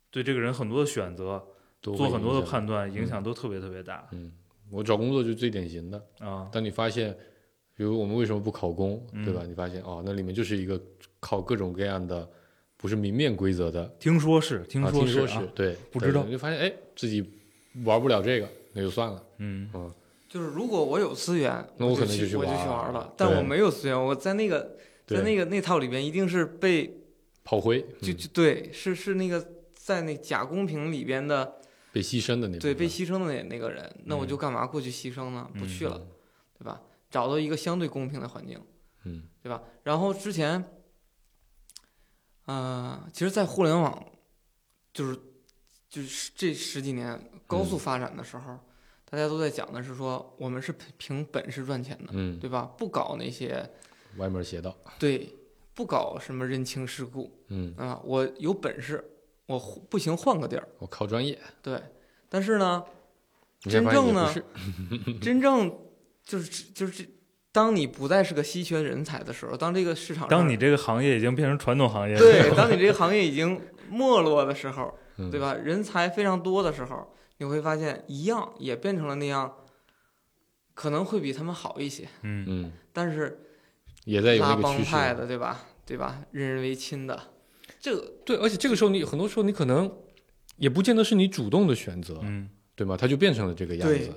Speaker 4: 对这个人很多的选择，
Speaker 5: 都
Speaker 4: 做
Speaker 5: 会
Speaker 4: 很多
Speaker 5: 影
Speaker 4: 的
Speaker 5: 响。
Speaker 4: 判断，影响都特别特别大
Speaker 5: 嗯，我找工作就是最典型的。
Speaker 4: 啊。
Speaker 5: 当你发现，比如我们为什么不考公，
Speaker 4: 嗯
Speaker 5: 对吧？你发现哦，那里面就是一个靠各种各样的不是明面规则的，
Speaker 4: 听说是，听
Speaker 5: 啊
Speaker 4: 说
Speaker 5: 听
Speaker 4: 是，
Speaker 5: 说是对，
Speaker 4: 不
Speaker 5: 对
Speaker 4: 知道
Speaker 5: 你就发现哎，自己玩不了这个，那就算了。
Speaker 4: 嗯
Speaker 5: 嗯，
Speaker 3: 就是如果我有资源，
Speaker 5: 那我
Speaker 3: 我
Speaker 5: 可能
Speaker 3: 去
Speaker 5: 就去
Speaker 3: 我就
Speaker 5: 玩
Speaker 3: 去
Speaker 5: 儿
Speaker 3: 玩
Speaker 5: 对
Speaker 3: 了，但我没有资源，我在那个在
Speaker 5: 对，
Speaker 3: 那个那套里边一定是被
Speaker 5: 炮灰
Speaker 3: 就
Speaker 5: 嗯
Speaker 3: 就对是是那个在那假公平里边的。
Speaker 5: 被牺牲的那
Speaker 3: 对，
Speaker 5: 部
Speaker 3: 被
Speaker 5: 分
Speaker 3: 牺牲的那那个人，
Speaker 5: 嗯
Speaker 3: 那我就干嘛过去牺牲呢？不去了，对吧？找到一个相对公平的环境，
Speaker 5: 嗯
Speaker 3: 对吧？然后之前，呃，其实，在互联网就是就是这十几年高
Speaker 5: 嗯
Speaker 3: 速发展的时候，大家都在讲的是说，我们是凭凭本事赚钱的，
Speaker 5: 嗯，
Speaker 3: 对吧？不搞那些
Speaker 5: 歪门邪道，
Speaker 3: 对，不搞什么人情世故
Speaker 5: 嗯，
Speaker 3: 啊、我有本事，我不行换个地儿，
Speaker 5: 我靠专业，
Speaker 3: 对。但是呢，
Speaker 5: 你才
Speaker 3: 真
Speaker 5: 发现也
Speaker 3: 正呢
Speaker 5: 不是，
Speaker 3: 真正就是就是这，当你不再是个稀缺人才的时候，当这个市场上
Speaker 4: 当你这个行业已经变成传统行业，
Speaker 3: 对，当你这个行业已经没落的时候，
Speaker 5: 嗯
Speaker 3: 对吧？人才非常多的时候，你会发现一样也变成了那样，可能会比他们好一些，
Speaker 4: 嗯，
Speaker 5: 嗯，
Speaker 3: 但是
Speaker 5: 也在有
Speaker 3: 拉
Speaker 5: 那个
Speaker 3: 帮
Speaker 5: 趋势
Speaker 3: 派的，对吧？对吧？任人为亲的，这个
Speaker 5: 对，而且这个时候你很多时候你可能也不见得是你主动的选择，
Speaker 4: 嗯
Speaker 5: 对吗？它就变成了这个样
Speaker 3: 对
Speaker 5: 子。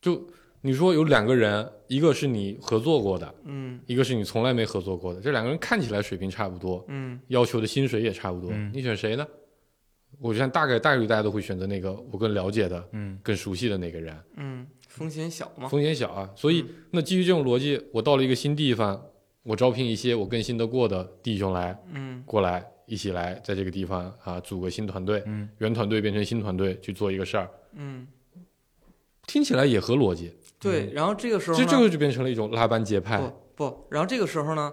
Speaker 5: 就你说有两个人，一个是你合作过的，
Speaker 3: 嗯
Speaker 5: 一个是你从来没合作过的，这两个人看起来水平差不多，
Speaker 3: 嗯
Speaker 5: 要求的薪水也差不多，
Speaker 4: 嗯
Speaker 5: 你选谁呢？我想大概概率大家都会选择那个我更了解的、
Speaker 4: 嗯
Speaker 5: 更熟悉的那个人，
Speaker 3: 嗯，风险小嘛，
Speaker 5: 风险小啊。所以、
Speaker 4: 嗯
Speaker 5: 那基于这种逻辑，我到了一个新地方，我招聘一些我更信得过的弟兄来
Speaker 3: 嗯
Speaker 5: 过来，一起来在这个地方啊组个新团队，
Speaker 4: 嗯，
Speaker 5: 原团队变成新团队去做一个事儿，
Speaker 3: 嗯，
Speaker 5: 听起来也合逻辑，
Speaker 3: 对。然后这个时候
Speaker 5: 这
Speaker 3: 呢，
Speaker 5: 嗯这个就变成了一种拉帮结派。
Speaker 4: 哦
Speaker 3: 不不，然后这个时候呢，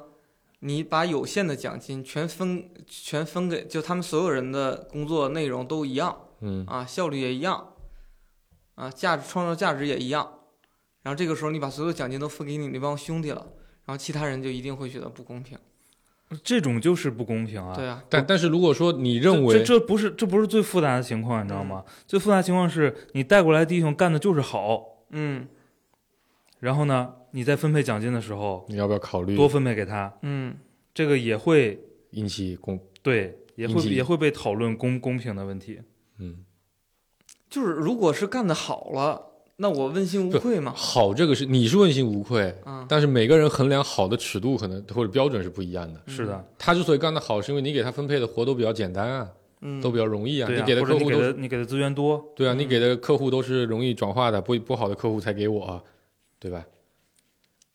Speaker 3: 你把有限的奖金全分全分给，就他们所有人的工作内容都一样
Speaker 5: 嗯
Speaker 3: 啊，效率也一样啊，价值创造价值也一样。然后这个时候你把所有奖金都分给你那帮兄弟了，然后其他人就一定会觉得不公平。
Speaker 4: 这种就是不公平啊。
Speaker 3: 对啊，
Speaker 5: 但但是如果说你
Speaker 4: 这，
Speaker 5: 认
Speaker 4: 这
Speaker 5: 为嗯
Speaker 4: 这不是这不是最复杂的情况，你知道吗？最复杂的情况是你带过来弟兄干的就是好，
Speaker 3: 嗯
Speaker 4: 然后呢，你在分配奖金的时候
Speaker 5: 你要不要考虑
Speaker 4: 多分配给他，
Speaker 3: 嗯
Speaker 4: 这个也会
Speaker 5: 引起公
Speaker 4: 对也会
Speaker 5: 引起
Speaker 4: 也会被讨论公公平的问题。
Speaker 5: 嗯
Speaker 3: 就是如果是干得好了，那我问心无
Speaker 5: 不
Speaker 4: 啊
Speaker 3: 愧嘛。
Speaker 5: 好这个是你是问心无愧，
Speaker 3: 啊，
Speaker 5: 但是每个人衡量好的尺度可能或者标准是不一样的。
Speaker 4: 是的，
Speaker 5: 他之所以干得好，是因为你给他分配的活都比较简单啊，
Speaker 3: 嗯，
Speaker 5: 都比较容易啊，
Speaker 4: 对
Speaker 5: 你
Speaker 4: 啊，
Speaker 5: 给的
Speaker 4: 或者
Speaker 5: 客
Speaker 4: 你
Speaker 5: 户
Speaker 4: 给
Speaker 5: 都
Speaker 4: 的
Speaker 5: 是
Speaker 4: 你给的资源多，
Speaker 5: 对啊，
Speaker 3: 嗯
Speaker 5: 你给的客户都是容易转化的，不不好的客户才给我啊，对吧？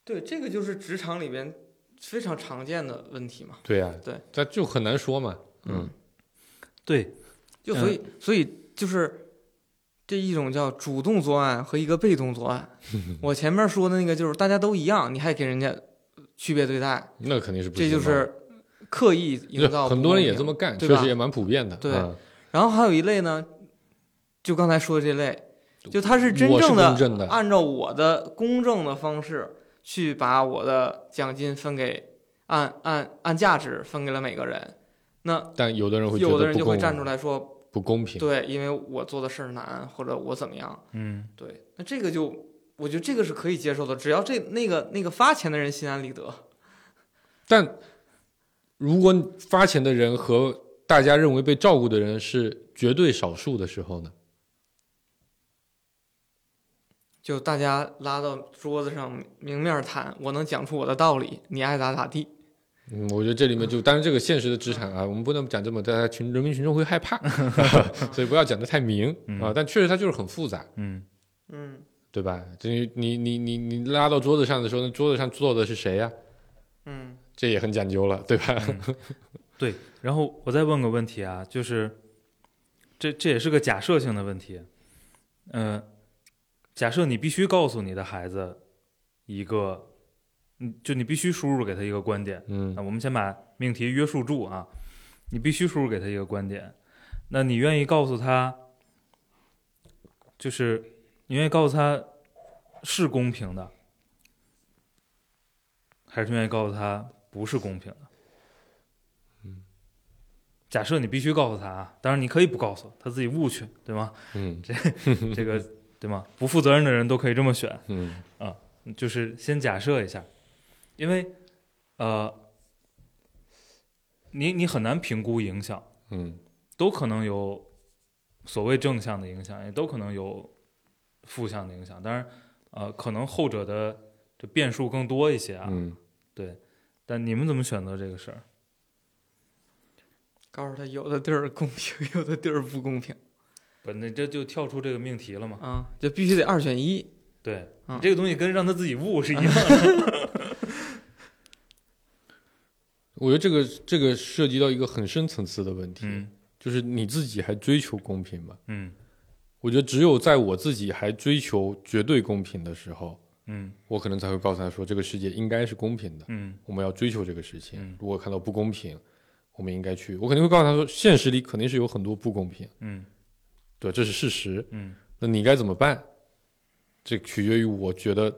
Speaker 3: 对，这个就是职场里边非常常见的问题嘛。
Speaker 5: 对啊，
Speaker 3: 对，
Speaker 5: 这就很难说嘛。嗯，
Speaker 4: 对，
Speaker 3: 就所以、所以就是这一种叫主动作案和一个被动作 案。我前面说的那个就是大家都一样，你还给人家区别对待，
Speaker 5: 那肯定是不行
Speaker 3: 这
Speaker 5: 嘛。
Speaker 3: 就是刻意
Speaker 5: 就
Speaker 3: 营造。
Speaker 5: 很多人也这么。干，
Speaker 3: 啊对
Speaker 5: 确
Speaker 3: 吧
Speaker 5: 实也蛮普遍的。
Speaker 3: 对
Speaker 5: 嗯
Speaker 3: 然后还有一类呢，就刚才说的这类，就他是真
Speaker 5: 我是
Speaker 3: 正
Speaker 5: 公正的
Speaker 3: 按照我的公正的方式去把我的奖金分给按按按价值分给了每个人。那
Speaker 5: 但有的人会觉
Speaker 3: 有的
Speaker 5: 得
Speaker 3: 人
Speaker 5: 不
Speaker 3: 就会
Speaker 5: 公
Speaker 3: 站出
Speaker 5: 平，
Speaker 3: 来说，
Speaker 5: 不公平。
Speaker 3: 对，因为我做的事儿难，或者我怎么样，
Speaker 4: 嗯，
Speaker 3: 对，那这个就我觉得这个是可以接受的，只要这那个那个发钱的人心安理得，
Speaker 5: 但如果发钱的人和大家认为被照顾的人是绝对少数的时候呢？
Speaker 3: 就大家拉到桌子上明面儿谈，我能讲出我的道理，你爱咋咋地，
Speaker 5: 嗯，我觉得这里面就，当然这个现实的职场啊，我们不能讲这么，大家群人民群众会害怕， 所以不要讲的太明
Speaker 4: 嗯
Speaker 5: 啊。但确实它就是很复杂，
Speaker 4: 嗯，
Speaker 3: 嗯，
Speaker 5: 对吧？这你你你你你拉到桌子上的时候，那桌子上坐的是谁呀、
Speaker 3: 嗯
Speaker 5: 这也很讲究了，对吧？
Speaker 4: 对。然后我再问个问题啊，就是这这也是个假设性的问题，嗯、假设你必须告诉你的孩子一个，嗯，就你必须输入给他一个观点，
Speaker 5: 嗯
Speaker 4: 啊，我们先把命题约束住啊，你必须输入给他一个观点。那你愿意告诉他，就是你愿意告诉他是公平的，还是愿意告诉他不是公平的？
Speaker 5: 嗯，
Speaker 4: 假设你必须告诉他啊，当然你可以不告诉他自己悟去，对 吗？
Speaker 5: 嗯
Speaker 4: 这个对吗？不负责任的人都可以这么选，
Speaker 5: 嗯
Speaker 4: 就是先假设一下，因为呃，你你很难评估影响，
Speaker 5: 嗯
Speaker 4: 都可能有所谓正向的影响，也都可能有负向的影响。当然，呃，可能后者的这变数更多一些啊。
Speaker 5: 嗯，
Speaker 4: 对，但你们怎么选择这个事儿？
Speaker 3: 告诉他有的地儿公平， 有的地儿不公平，
Speaker 4: 不，那这就跳出这个命题了嘛？
Speaker 3: 啊，就必须得二选一，
Speaker 4: 对，
Speaker 3: 嗯
Speaker 4: 这个东西跟让他自己悟是一 样的。
Speaker 5: 我觉得这个这个涉及到一个很深层次的问题，
Speaker 4: 嗯
Speaker 5: 就是你自己还追求公平吗？
Speaker 4: 嗯
Speaker 5: 我觉得只有在我自己还追求绝对公平的时候，
Speaker 4: 嗯
Speaker 5: 我可能才会告诉他说，这个世界应该是公平的，
Speaker 4: 嗯
Speaker 5: 我们要追求这个事情。
Speaker 4: 嗯
Speaker 5: 如果看到不公平，我们应该去，我肯定会告诉他说，现实里肯定是有很多不公平，
Speaker 4: 嗯
Speaker 5: 对，这是事实。
Speaker 4: 嗯
Speaker 5: 那你该怎么办？这取决于我觉得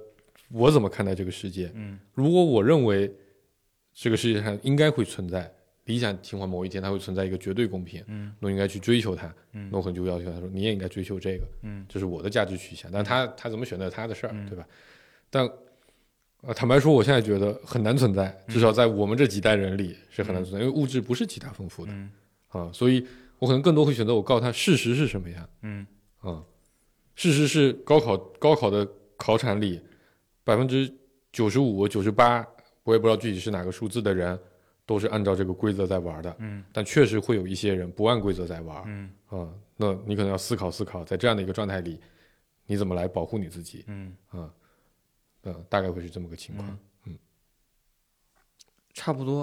Speaker 5: 我怎么看待这个世界。
Speaker 4: 嗯
Speaker 5: 如果我认为这个世界上应该会存在理想情况，某一天它会存在一个绝对公平，
Speaker 4: 嗯，
Speaker 5: 那我应该去追求它，
Speaker 4: 嗯
Speaker 5: 那我可能就会要求他说，你也应该追求这个。
Speaker 4: 嗯
Speaker 5: 这是我的价值取向，但他他怎么选择他的事儿，
Speaker 4: 嗯
Speaker 5: 对吧？但呃，坦白说，我现在觉得很难存在，至少在我们这几代人里是很难存在，因为物质不是极大丰富的
Speaker 4: 嗯
Speaker 5: 啊，所以我可能更多会选择我告诉他事实是什么样
Speaker 4: 嗯
Speaker 5: 啊，事实是高考高考的考场里百分之九十五、九十八，我也不知道具体是哪个数字的人，都是按照这个规则在玩的，
Speaker 4: 嗯
Speaker 5: 但确实会有一些人不按规则在玩，
Speaker 4: 嗯
Speaker 5: 啊，那你可能要思考思考，在这样的一个状态里，你怎么来保护你自己？
Speaker 4: 嗯
Speaker 5: 啊，嗯，大概会是这么个情况。
Speaker 3: 差不多。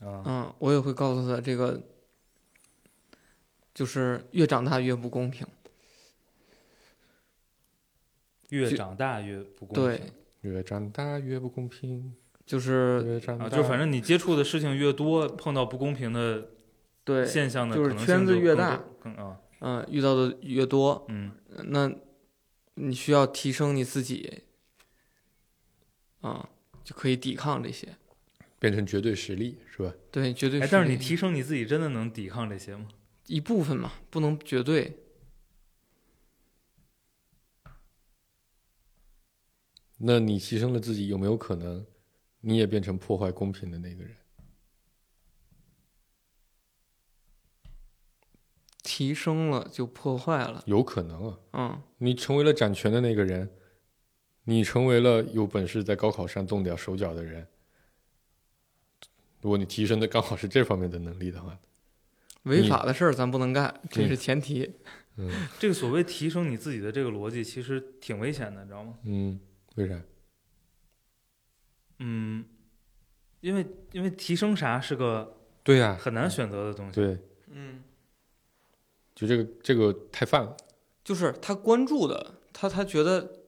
Speaker 4: 啊
Speaker 3: 嗯，我也会告诉他这个，就是越长大越不公平。
Speaker 4: 越
Speaker 3: 就
Speaker 4: 长大越不公
Speaker 3: 对
Speaker 4: 平。，
Speaker 5: 越长大越不公平，
Speaker 3: 就是
Speaker 5: 越长
Speaker 4: 嗯
Speaker 5: 大、
Speaker 4: 啊，就反正你接触的事情越多，碰到不公平的
Speaker 3: 对，
Speaker 4: 现象的
Speaker 3: 就是
Speaker 4: 可能性
Speaker 3: 圈子
Speaker 4: 就
Speaker 3: 越
Speaker 4: 更
Speaker 3: 大
Speaker 4: 多，更啊，
Speaker 3: 嗯、遇到的越多，
Speaker 4: 嗯
Speaker 3: 那你需要提升你自己，啊、就可以抵抗这些。
Speaker 5: 变成绝对实力是吧？
Speaker 3: 对，绝对
Speaker 4: 哎
Speaker 3: 是，
Speaker 4: 但是你提升你自己，真的能抵抗这些吗？
Speaker 3: 一部分嘛，不能绝对。
Speaker 5: 那你牺牲了自己，有没有可能你也变成破坏公平的那个人？
Speaker 3: 提升了就破坏了，
Speaker 5: 有可能啊，
Speaker 3: 嗯，
Speaker 5: 你成为了掌权的那个人，你成为了有本事在高考上动点手脚的人。如果你提升的刚好是这方面的能力的话，
Speaker 3: 违
Speaker 5: 你
Speaker 3: 法的事儿咱不能干，这
Speaker 5: 对
Speaker 3: 是前提。
Speaker 4: 这个所谓提升你自己的这个逻辑，其实挺危险的，你知道吗？
Speaker 5: 嗯，为啥？
Speaker 4: 嗯，因为因为提升啥是个
Speaker 5: 对呀、
Speaker 4: 很难选择的东西。
Speaker 5: 对，
Speaker 3: 嗯，
Speaker 5: 就这个这个太泛了。
Speaker 3: 就是他关注的，他他觉得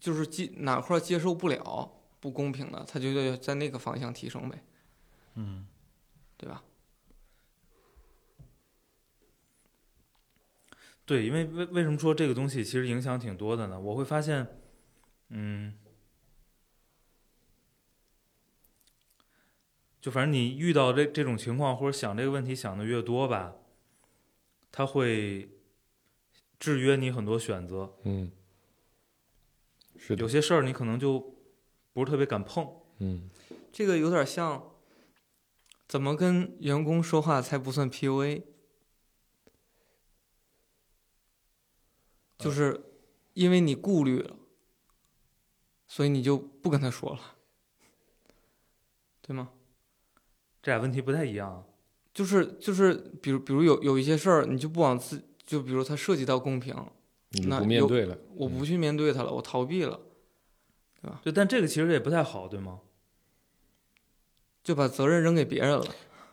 Speaker 3: 就是接哪块儿接受不了不公平的，他就要在那个方向提升呗，
Speaker 1: 嗯，
Speaker 3: 对吧？
Speaker 4: 对，因为为为什么说这个东西其实影响挺多的呢？我会发现，嗯，就反正你遇到这这种情况或者想这个问题想的越多吧，它会制约你很多选择。
Speaker 5: 嗯，是
Speaker 4: 有
Speaker 5: 的，
Speaker 4: 些事儿你可能就不是特别敢碰。
Speaker 5: 嗯，
Speaker 3: 这个有点像怎么跟员工说话才不算
Speaker 5: 呃
Speaker 3: PUA，就是因为你顾虑了，所以你就不跟他说了，对吗？
Speaker 4: 这俩问题不太一样啊。
Speaker 3: 就是就是，比如比如有有一些事儿，你就不往自，就比如它涉及到公平，
Speaker 5: 你就
Speaker 3: 那
Speaker 5: 不面
Speaker 3: 有
Speaker 5: 对了，
Speaker 3: 我不去面对它了，我逃避了，
Speaker 4: 对，但这个其实也不太好，对吗？
Speaker 3: 就把责任扔给别人了。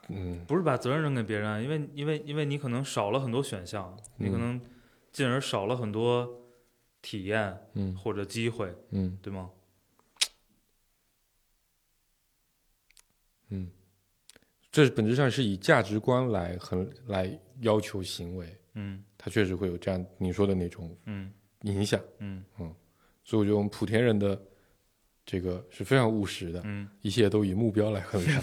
Speaker 5: 嗯，
Speaker 4: 不是把责任扔给别人啊，因为因为因为你可能少了很多选项，你可
Speaker 5: 嗯
Speaker 4: 能进而少了很多体验
Speaker 5: 嗯
Speaker 4: 或者机会，
Speaker 5: 嗯
Speaker 4: 对吗？
Speaker 5: 嗯，这本质上是以价值观来衡来要求行为，
Speaker 4: 嗯
Speaker 5: 它确实会有这样你说的那种
Speaker 4: 嗯
Speaker 5: 影响。
Speaker 4: 嗯
Speaker 5: 所以我觉得我们莆田人的这个是非常务实的，
Speaker 4: 嗯，
Speaker 5: 一切都以目标来衡量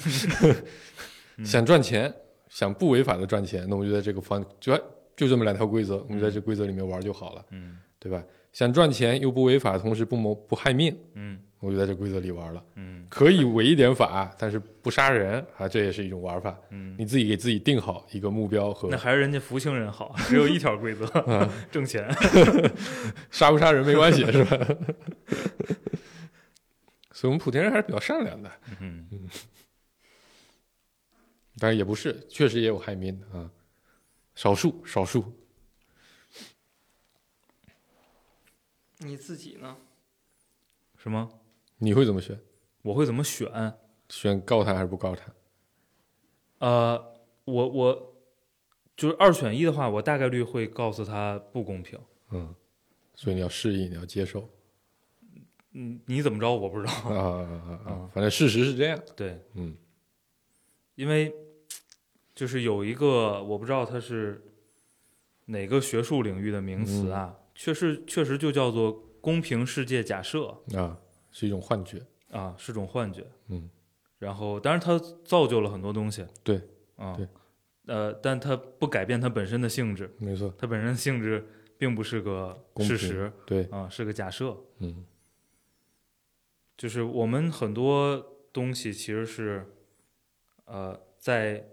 Speaker 4: 嗯
Speaker 5: 想赚钱，想不违法的赚钱，那我们就在这个方就就这么两条规则，我们在这规则里面玩就好了，
Speaker 4: 嗯
Speaker 5: 对吧？想赚钱又不违法，同时不谋不害命，
Speaker 4: 嗯
Speaker 5: 我就在这规则里玩了。
Speaker 4: 嗯
Speaker 5: 可以违一点法，但是不杀人啊，这也是一种玩法。
Speaker 4: 嗯，
Speaker 5: 你自己给自己定好一个目标和
Speaker 4: 那还是人家福星人好，只有一条规则， 挣钱。
Speaker 5: 杀不杀人没 关系，是吧？ 所以，我们莆田人还是比较善良的，
Speaker 4: 嗯
Speaker 5: 但是也不是，确实也有害民的啊，少数少数。嗯
Speaker 3: 你自己呢？
Speaker 4: 什么？
Speaker 5: 你会怎么选？
Speaker 4: 我会怎么选？
Speaker 5: 选告他还是不告他？
Speaker 4: 呃，我我就是二选一的话，我大概率会告诉他不公平。
Speaker 5: 嗯，所以你要适应，你要接受
Speaker 4: 嗯，你怎么着我不知道。
Speaker 5: 啊啊啊
Speaker 4: 啊
Speaker 5: 啊！反正事实是这样。
Speaker 4: 对，
Speaker 5: 嗯，
Speaker 4: 因为就是有一个我不知道它是哪个学术领域的名
Speaker 5: 嗯
Speaker 4: 词啊，确实确实就叫做公平世界假设
Speaker 5: 啊，是一种幻觉。
Speaker 4: 啊，是种幻觉。
Speaker 5: 嗯，
Speaker 4: 然后当然它造就了很多东西。
Speaker 5: 对，
Speaker 4: 啊，
Speaker 5: 对，
Speaker 4: 呃，但它不改变它本身的性质，
Speaker 5: 没错，
Speaker 4: 它本身的性质并不是个
Speaker 5: 公
Speaker 4: 事
Speaker 5: 平
Speaker 4: 实
Speaker 5: 对，
Speaker 4: 啊，是个假设。
Speaker 5: 嗯
Speaker 4: 就是我们很多东西其实是，呃，在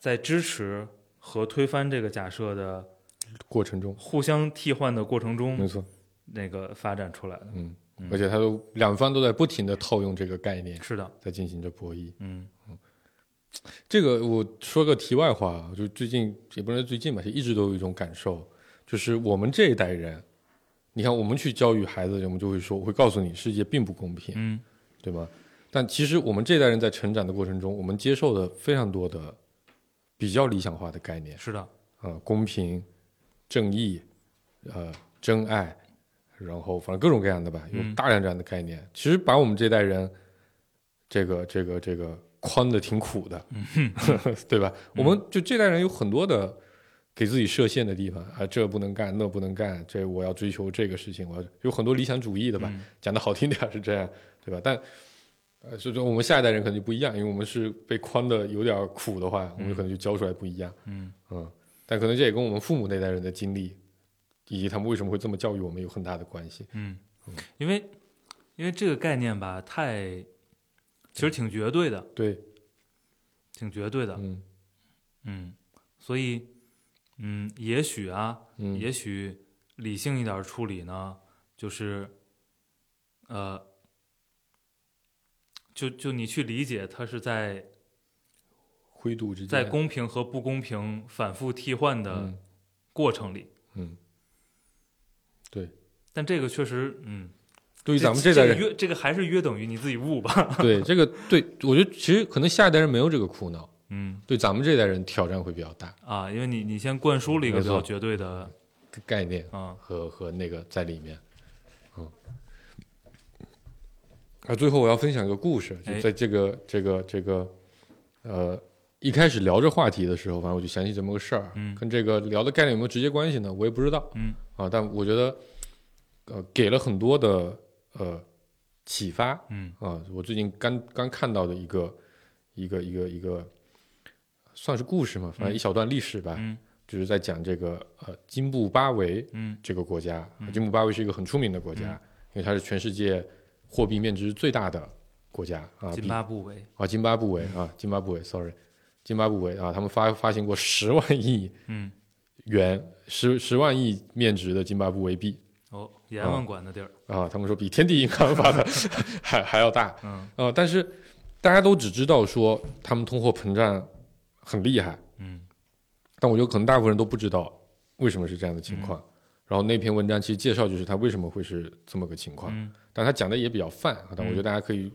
Speaker 4: 在支持和推翻这个假设的
Speaker 5: 过程中，
Speaker 4: 互相替换的过程
Speaker 5: 没
Speaker 4: 中，
Speaker 5: 错，
Speaker 4: 那个发展出来的。
Speaker 5: 嗯，
Speaker 4: 嗯
Speaker 5: 而且他都两方都在不停的套用这个概念，
Speaker 4: 是的，
Speaker 5: 在进行着博弈。
Speaker 4: 嗯
Speaker 5: 这个我说个题外话啊，就最近也不能说最近吧，就一直都有一种感受，就是我们这一代人，你看我们去教育孩子，我们就会说，我会告诉你世界并不公平，
Speaker 4: 嗯
Speaker 5: 对吧？但其实我们这一代人在成长的过程中，我们接受的非常多的比较理想化的概念，
Speaker 4: 是的，
Speaker 5: 呃，公平、正义、呃，真爱，然后反正各种各样的吧，有
Speaker 4: 嗯
Speaker 5: 大量这样的概念。其实把我们这代人，这个这个这个框的挺苦的，
Speaker 4: 嗯
Speaker 5: 对吧？我们就这代人有很多的给自己设限的地方啊，这不能干，那不能干，这我要追求这个事情，我要有很多理想主义的吧。
Speaker 4: 嗯
Speaker 5: 讲的好听点儿是这样，对吧？但呃，所以说我们下一代人可能就不一样，因为我们是被框的有点儿苦的话，我们
Speaker 4: 嗯
Speaker 5: 可能就教出来不一样。
Speaker 4: 嗯
Speaker 5: 嗯，但可能这也跟我们父母那代人的经历，以及他们为什么会这么教育我们有很大的关系。
Speaker 4: 嗯，因为因为这个概念吧，太其实挺绝对的，
Speaker 5: 对，
Speaker 4: 挺绝对的。
Speaker 5: 嗯
Speaker 4: 嗯，所以嗯，也许啊，
Speaker 5: 嗯，
Speaker 4: 也许理性一点儿处理呢，就是，呃，就就你去理解它是在
Speaker 5: 灰度之间，
Speaker 4: 在公平和不公平反复替换的
Speaker 5: 嗯
Speaker 4: 过程里，
Speaker 5: 嗯，
Speaker 4: 但这个确实，嗯，
Speaker 5: 对于咱们
Speaker 4: 这
Speaker 5: 代
Speaker 4: 个
Speaker 5: 人，
Speaker 4: 约这个还是约等于你自己悟吧，
Speaker 5: 对这个，对我觉得其实可能下一代人没有这个苦恼，
Speaker 4: 嗯
Speaker 5: 对咱们这代人挑战会比较大，
Speaker 4: 啊，因为你你先灌输了一个
Speaker 5: 没
Speaker 4: 比较
Speaker 5: 错
Speaker 4: 绝对的，
Speaker 5: 概念
Speaker 4: 啊，
Speaker 5: 和和那个在里面，嗯。啊，最后我要分享一个故事，就
Speaker 4: 哎
Speaker 5: 在这个、这个这个，呃，一开始聊这话题的时候，反正我就想起这么个事儿，
Speaker 4: 嗯
Speaker 5: 跟这个聊的概念有没有直接关系呢？我也不知道，
Speaker 4: 嗯
Speaker 5: 啊，但我觉得，呃，给了很多的呃启发啊、
Speaker 4: 嗯
Speaker 5: 我最近刚刚看到的一个一个一个一个，算是故事嘛，反正一小段历史吧，
Speaker 4: 嗯
Speaker 5: 就是在讲这个呃津布巴维
Speaker 4: 嗯
Speaker 5: 这个国家，
Speaker 4: 嗯
Speaker 5: 津布巴维是一个很出名的国家，因为它是全世界货币面值最大的国家啊，
Speaker 4: 津
Speaker 5: 比
Speaker 4: 巴嗯布韦，
Speaker 5: 啊津巴布韦啊津巴布韦，sorry，津巴布韦啊，他们发发行过十万亿
Speaker 4: 嗯，
Speaker 5: 元十十万亿面值的津巴布韦币。
Speaker 4: 哦，阎王管的地儿，
Speaker 5: 啊，他们说比天地银行发的还还要大，
Speaker 4: 嗯
Speaker 5: 呃，但是大家都只知道说他们通货膨胀很厉害，
Speaker 4: 嗯
Speaker 5: 但我觉得可能大部分人都不知道为什么是这样的情况。然后那篇文章其实介绍就是他为什么会是这么个情况，
Speaker 4: 嗯
Speaker 5: 但他讲的也比较泛，啊但我觉得
Speaker 4: 嗯
Speaker 5: 大家可以，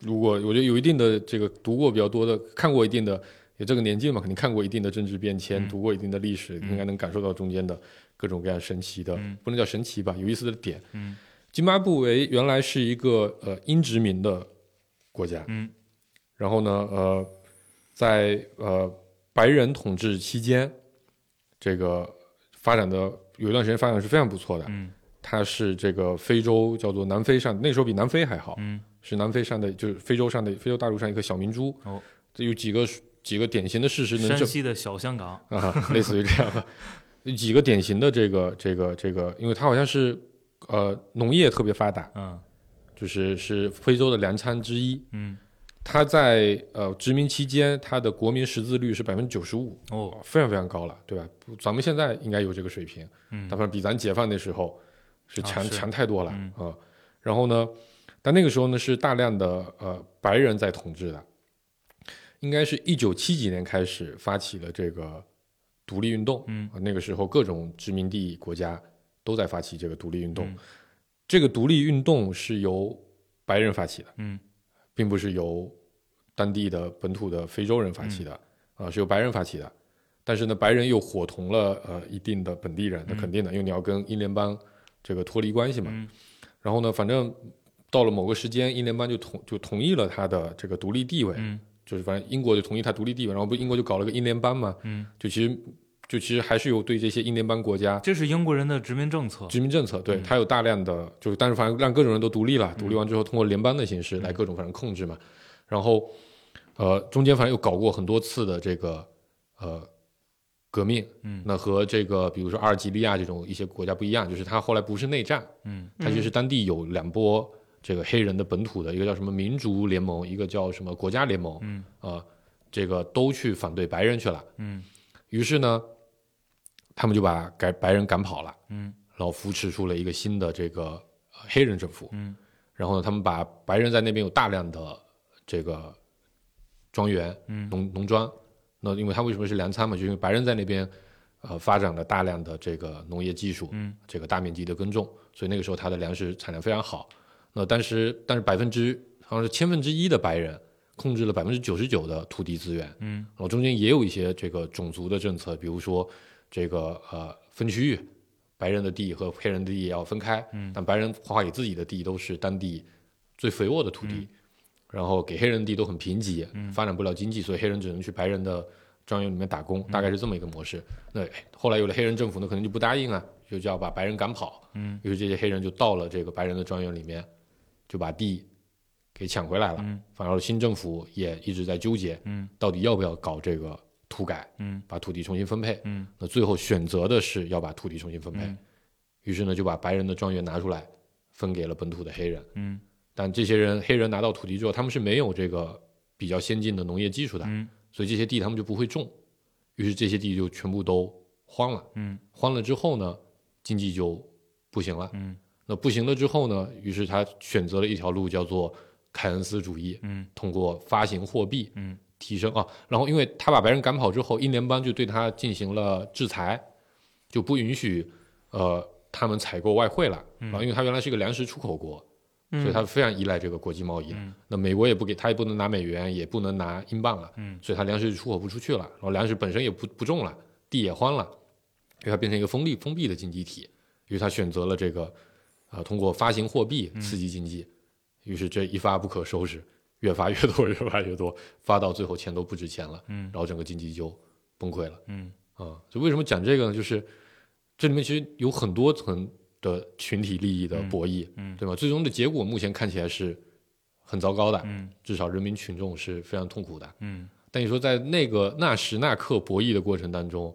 Speaker 5: 如果我觉得有一定的这个读过比较多的，看过一定的，也这个年纪嘛，肯定看过一定的政治变迁，
Speaker 4: 嗯
Speaker 5: 读过一定的历史，
Speaker 4: 嗯
Speaker 5: 应该能感受到中间的各种各样神奇的，
Speaker 4: 嗯
Speaker 5: 不能叫神奇吧，有意思的点。
Speaker 4: 嗯
Speaker 5: 津巴布韦原来是一个呃英殖民的国家，
Speaker 4: 嗯
Speaker 5: 然后呢，呃，在呃白人统治期间，这个发展的有一段时间发展是非常不错的。
Speaker 4: 嗯
Speaker 5: 它是这个非洲叫做南非上，那时候比南非还好，
Speaker 4: 嗯
Speaker 5: 是南非上的就是非洲上的非洲大陆上一个小明珠。
Speaker 4: 哦，
Speaker 5: 这有几个几个典型的事实能
Speaker 4: 山
Speaker 5: 证
Speaker 4: 西的小香港，
Speaker 5: 啊，类似于这样的 有几个典型的这个这个这个，因为它好像是呃农业特别发达，
Speaker 4: 嗯
Speaker 5: 就是是非洲的粮仓之一。
Speaker 4: 嗯，
Speaker 5: 它在呃殖民期间，它的国民识字率是百分之九十五，
Speaker 4: 哦，
Speaker 5: 非常非常高了，对吧？不咱们现在应该有这个水平，
Speaker 4: 嗯
Speaker 5: 但，反正比咱解放那时候是
Speaker 4: 啊
Speaker 5: 强、
Speaker 4: 是
Speaker 5: 强太多了啊、
Speaker 4: 嗯
Speaker 5: 然后呢，但那个时候呢是大量的呃白人在统治的，应该是一九七几年开始发起了这个独立运动，
Speaker 4: 嗯
Speaker 5: 啊那个时候各种殖民地国家都在发起这个独立运动，
Speaker 4: 嗯
Speaker 5: 这个独立运动是由白人发起的。
Speaker 4: 嗯
Speaker 5: 并不是由当地的本土的非洲人发起的，啊、
Speaker 4: 嗯
Speaker 5: 是由白人发起的。但是呢，白人又伙同了呃一定的本地人，那
Speaker 4: 嗯
Speaker 5: 肯定的，因为你要跟英联邦这个脱离关系嘛。
Speaker 4: 嗯
Speaker 5: 然后呢，反正到了某个时间，英联邦就同就同意了他的这个独立地位，
Speaker 4: 嗯
Speaker 5: 就是反正英国就同意他独立地位，然后不英国就搞了个英联邦嘛，
Speaker 4: 嗯，
Speaker 5: 就其实就其实还是有对这些英联邦国家
Speaker 4: 这是英国人的殖民政策，
Speaker 5: 殖民政策，对、
Speaker 4: 嗯
Speaker 5: 它有大量的，就是但是反正让各种人都独立了，独立完之后通过联邦的形
Speaker 4: 嗯
Speaker 5: 式来各种反正控制嘛，然后呃中间反正又搞过很多次的这个呃革命，
Speaker 4: 嗯
Speaker 5: 那和这个比如说阿尔及利亚这种一些国家不一样，就是它后来不是内战，
Speaker 4: 嗯
Speaker 5: 它就是当地有两波这个黑人的本土的一个叫什么民族联盟，一个叫什么国家联盟，
Speaker 4: 嗯
Speaker 5: 啊、这个都去反对白人去了。
Speaker 4: 嗯
Speaker 5: 于是呢，他们就把改白人赶跑了，
Speaker 4: 嗯
Speaker 5: 然后扶持出了一个新的这个呃黑人政府。
Speaker 4: 嗯
Speaker 5: 然后呢，他们把白人在那边有大量的这个庄园、
Speaker 4: 嗯
Speaker 5: 农农庄，那因为他为什么是粮仓嘛，就因为白人在那边呃发展了大量的这个农业技术，
Speaker 4: 嗯
Speaker 5: 这个大面积的耕种，所以那个时候它的粮食产量非常好。那当时，但是百分之好像是千分之一的白人控制了百分之九十九的土地资源，
Speaker 4: 嗯
Speaker 5: 然后中间也有一些这个种族的政策，比如说这个呃分区域，白人的地和黑人的地要分开，
Speaker 4: 嗯
Speaker 5: 但白人划给自己的地都是当地最肥沃的土地，然后给黑人地都很贫瘠，发展不了经济，所以黑人只能去白人的庄园里面打工，
Speaker 4: 嗯
Speaker 5: 大概是这么一个模式。那哎后来有了黑人政府，那可能就不答应啊，就就要把白人赶跑，
Speaker 4: 嗯
Speaker 5: 于是这些黑人就到了这个白人的庄园里面，就把地给抢回来了。
Speaker 4: 嗯
Speaker 5: 反而新政府也一直在纠结，
Speaker 4: 嗯
Speaker 5: 到底要不要搞这个土改，
Speaker 4: 嗯
Speaker 5: 把土地重新分配。
Speaker 4: 嗯
Speaker 5: 那最后选择的是要把土地重新分配，
Speaker 4: 嗯
Speaker 5: 于是呢就把白人的庄园拿出来分给了本土的黑人。
Speaker 4: 嗯
Speaker 5: 但这些人黑人拿到土地之后，他们是没有这个比较先进的农业技术的，
Speaker 4: 嗯
Speaker 5: 所以这些地他们就不会种，于是这些地就全部都荒了。
Speaker 4: 嗯
Speaker 5: 荒了之后呢，经济就不行了。
Speaker 4: 嗯
Speaker 5: 那不行了之后呢，于是他选择了一条路，叫做凯恩斯主义，
Speaker 4: 嗯
Speaker 5: 通过发行货币
Speaker 4: 嗯
Speaker 5: 提升啊。然后，因为他把白人赶跑之后，英联邦就对他进行了制裁，就不允许呃他们采购外汇了。
Speaker 4: 嗯
Speaker 5: 然后，因为他原来是一个粮食出口国，所以
Speaker 3: 嗯
Speaker 5: 他非常依赖这个国际贸易
Speaker 4: 嗯
Speaker 5: 了。那美国也不给他，也不能拿美元，也不能拿英镑了，
Speaker 4: 嗯
Speaker 5: 所以他粮食出口不出去了，然后粮食本身也不不种了，地也荒了，因为它变成一个封闭封闭的经济体，于是他选择了这个呃通过发行货
Speaker 4: 嗯
Speaker 5: 币刺激经济，于是这一发不可收拾，越发越多，越发越多，发到最后钱都不值钱了，
Speaker 4: 嗯
Speaker 5: 然后整个经济就崩溃了。
Speaker 4: 嗯
Speaker 5: 啊、就为什么讲这个呢？就是这里面其实有很多层的群体利益的博弈，
Speaker 4: 嗯嗯
Speaker 5: 对吧？最终的结果目前看起来是很糟糕的，
Speaker 4: 嗯
Speaker 5: 至少人民群众是非常痛苦的。
Speaker 4: 嗯
Speaker 5: 但你说在那个那时那刻博弈的过程当中，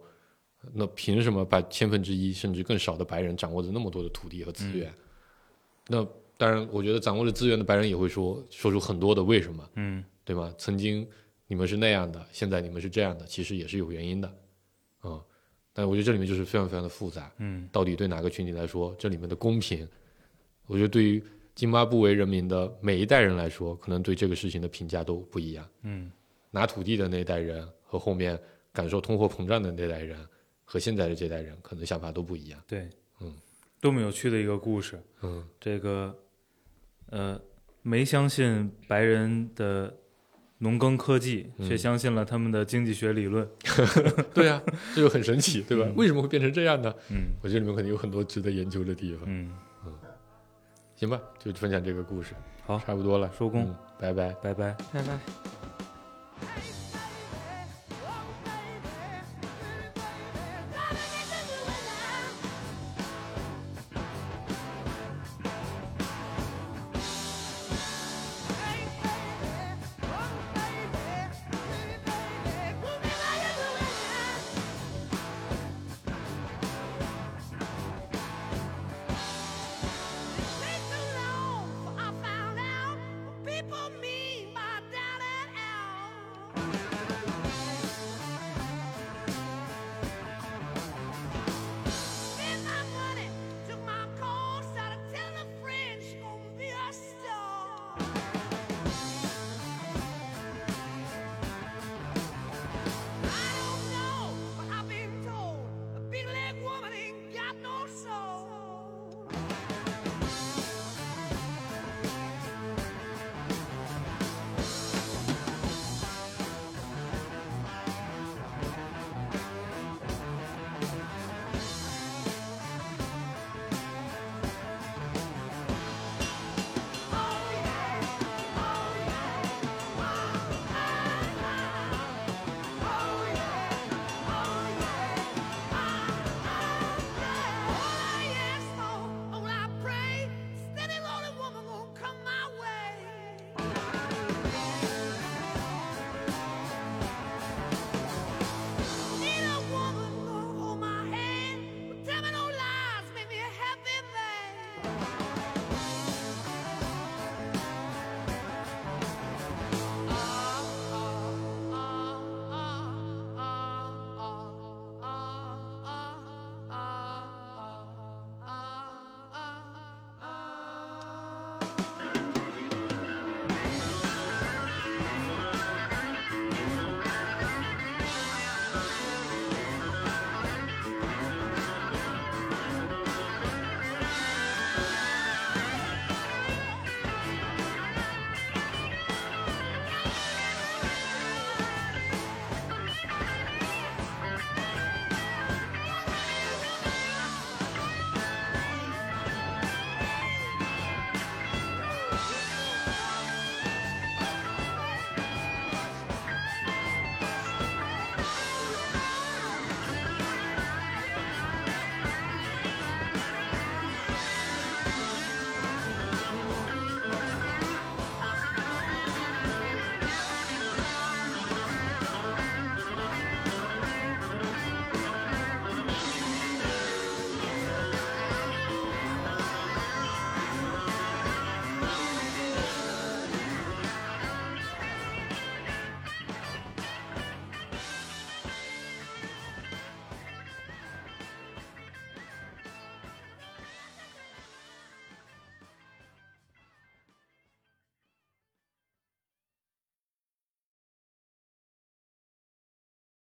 Speaker 5: 那凭什么把千分之一甚至更少的白人掌握着那么多的土地和
Speaker 4: 嗯
Speaker 5: 资源？那当然，我觉得掌握着资源的白人也会说说出很多的为什么，
Speaker 4: 嗯
Speaker 5: 对吗？曾经你们是那样的，现在你们是这样的，其实也是有原因的，嗯。但我觉得这里面就是非常非常的复杂，
Speaker 4: 嗯
Speaker 5: 到底对哪个群体来说，这里面的公平，我觉得对于津巴布韦人民的每一代人来说，可能对这个事情的评价都不一样。
Speaker 4: 嗯
Speaker 5: 拿土地的那一代人和后面感受通货膨胀的那代人和现在的这代人，可能想法都不一样。
Speaker 4: 对，
Speaker 5: 嗯，
Speaker 4: 多么有趣的一个故事。
Speaker 5: 嗯
Speaker 4: 这个，呃，没相信白人的农耕科技，却
Speaker 5: 嗯
Speaker 4: 相信了他们的经济学理论。
Speaker 5: 对啊，这就很神奇，对吧？为什么会变成这样呢？
Speaker 4: 嗯
Speaker 5: 我觉得里面肯定有很多值得研究的地方。
Speaker 4: 嗯，
Speaker 5: 行吧，就分享这个故事，
Speaker 4: 好
Speaker 5: 差不多了，
Speaker 4: 收工
Speaker 5: 嗯拜拜。
Speaker 4: 拜拜。
Speaker 3: 拜拜。
Speaker 2: Ah, ah, ah, ah.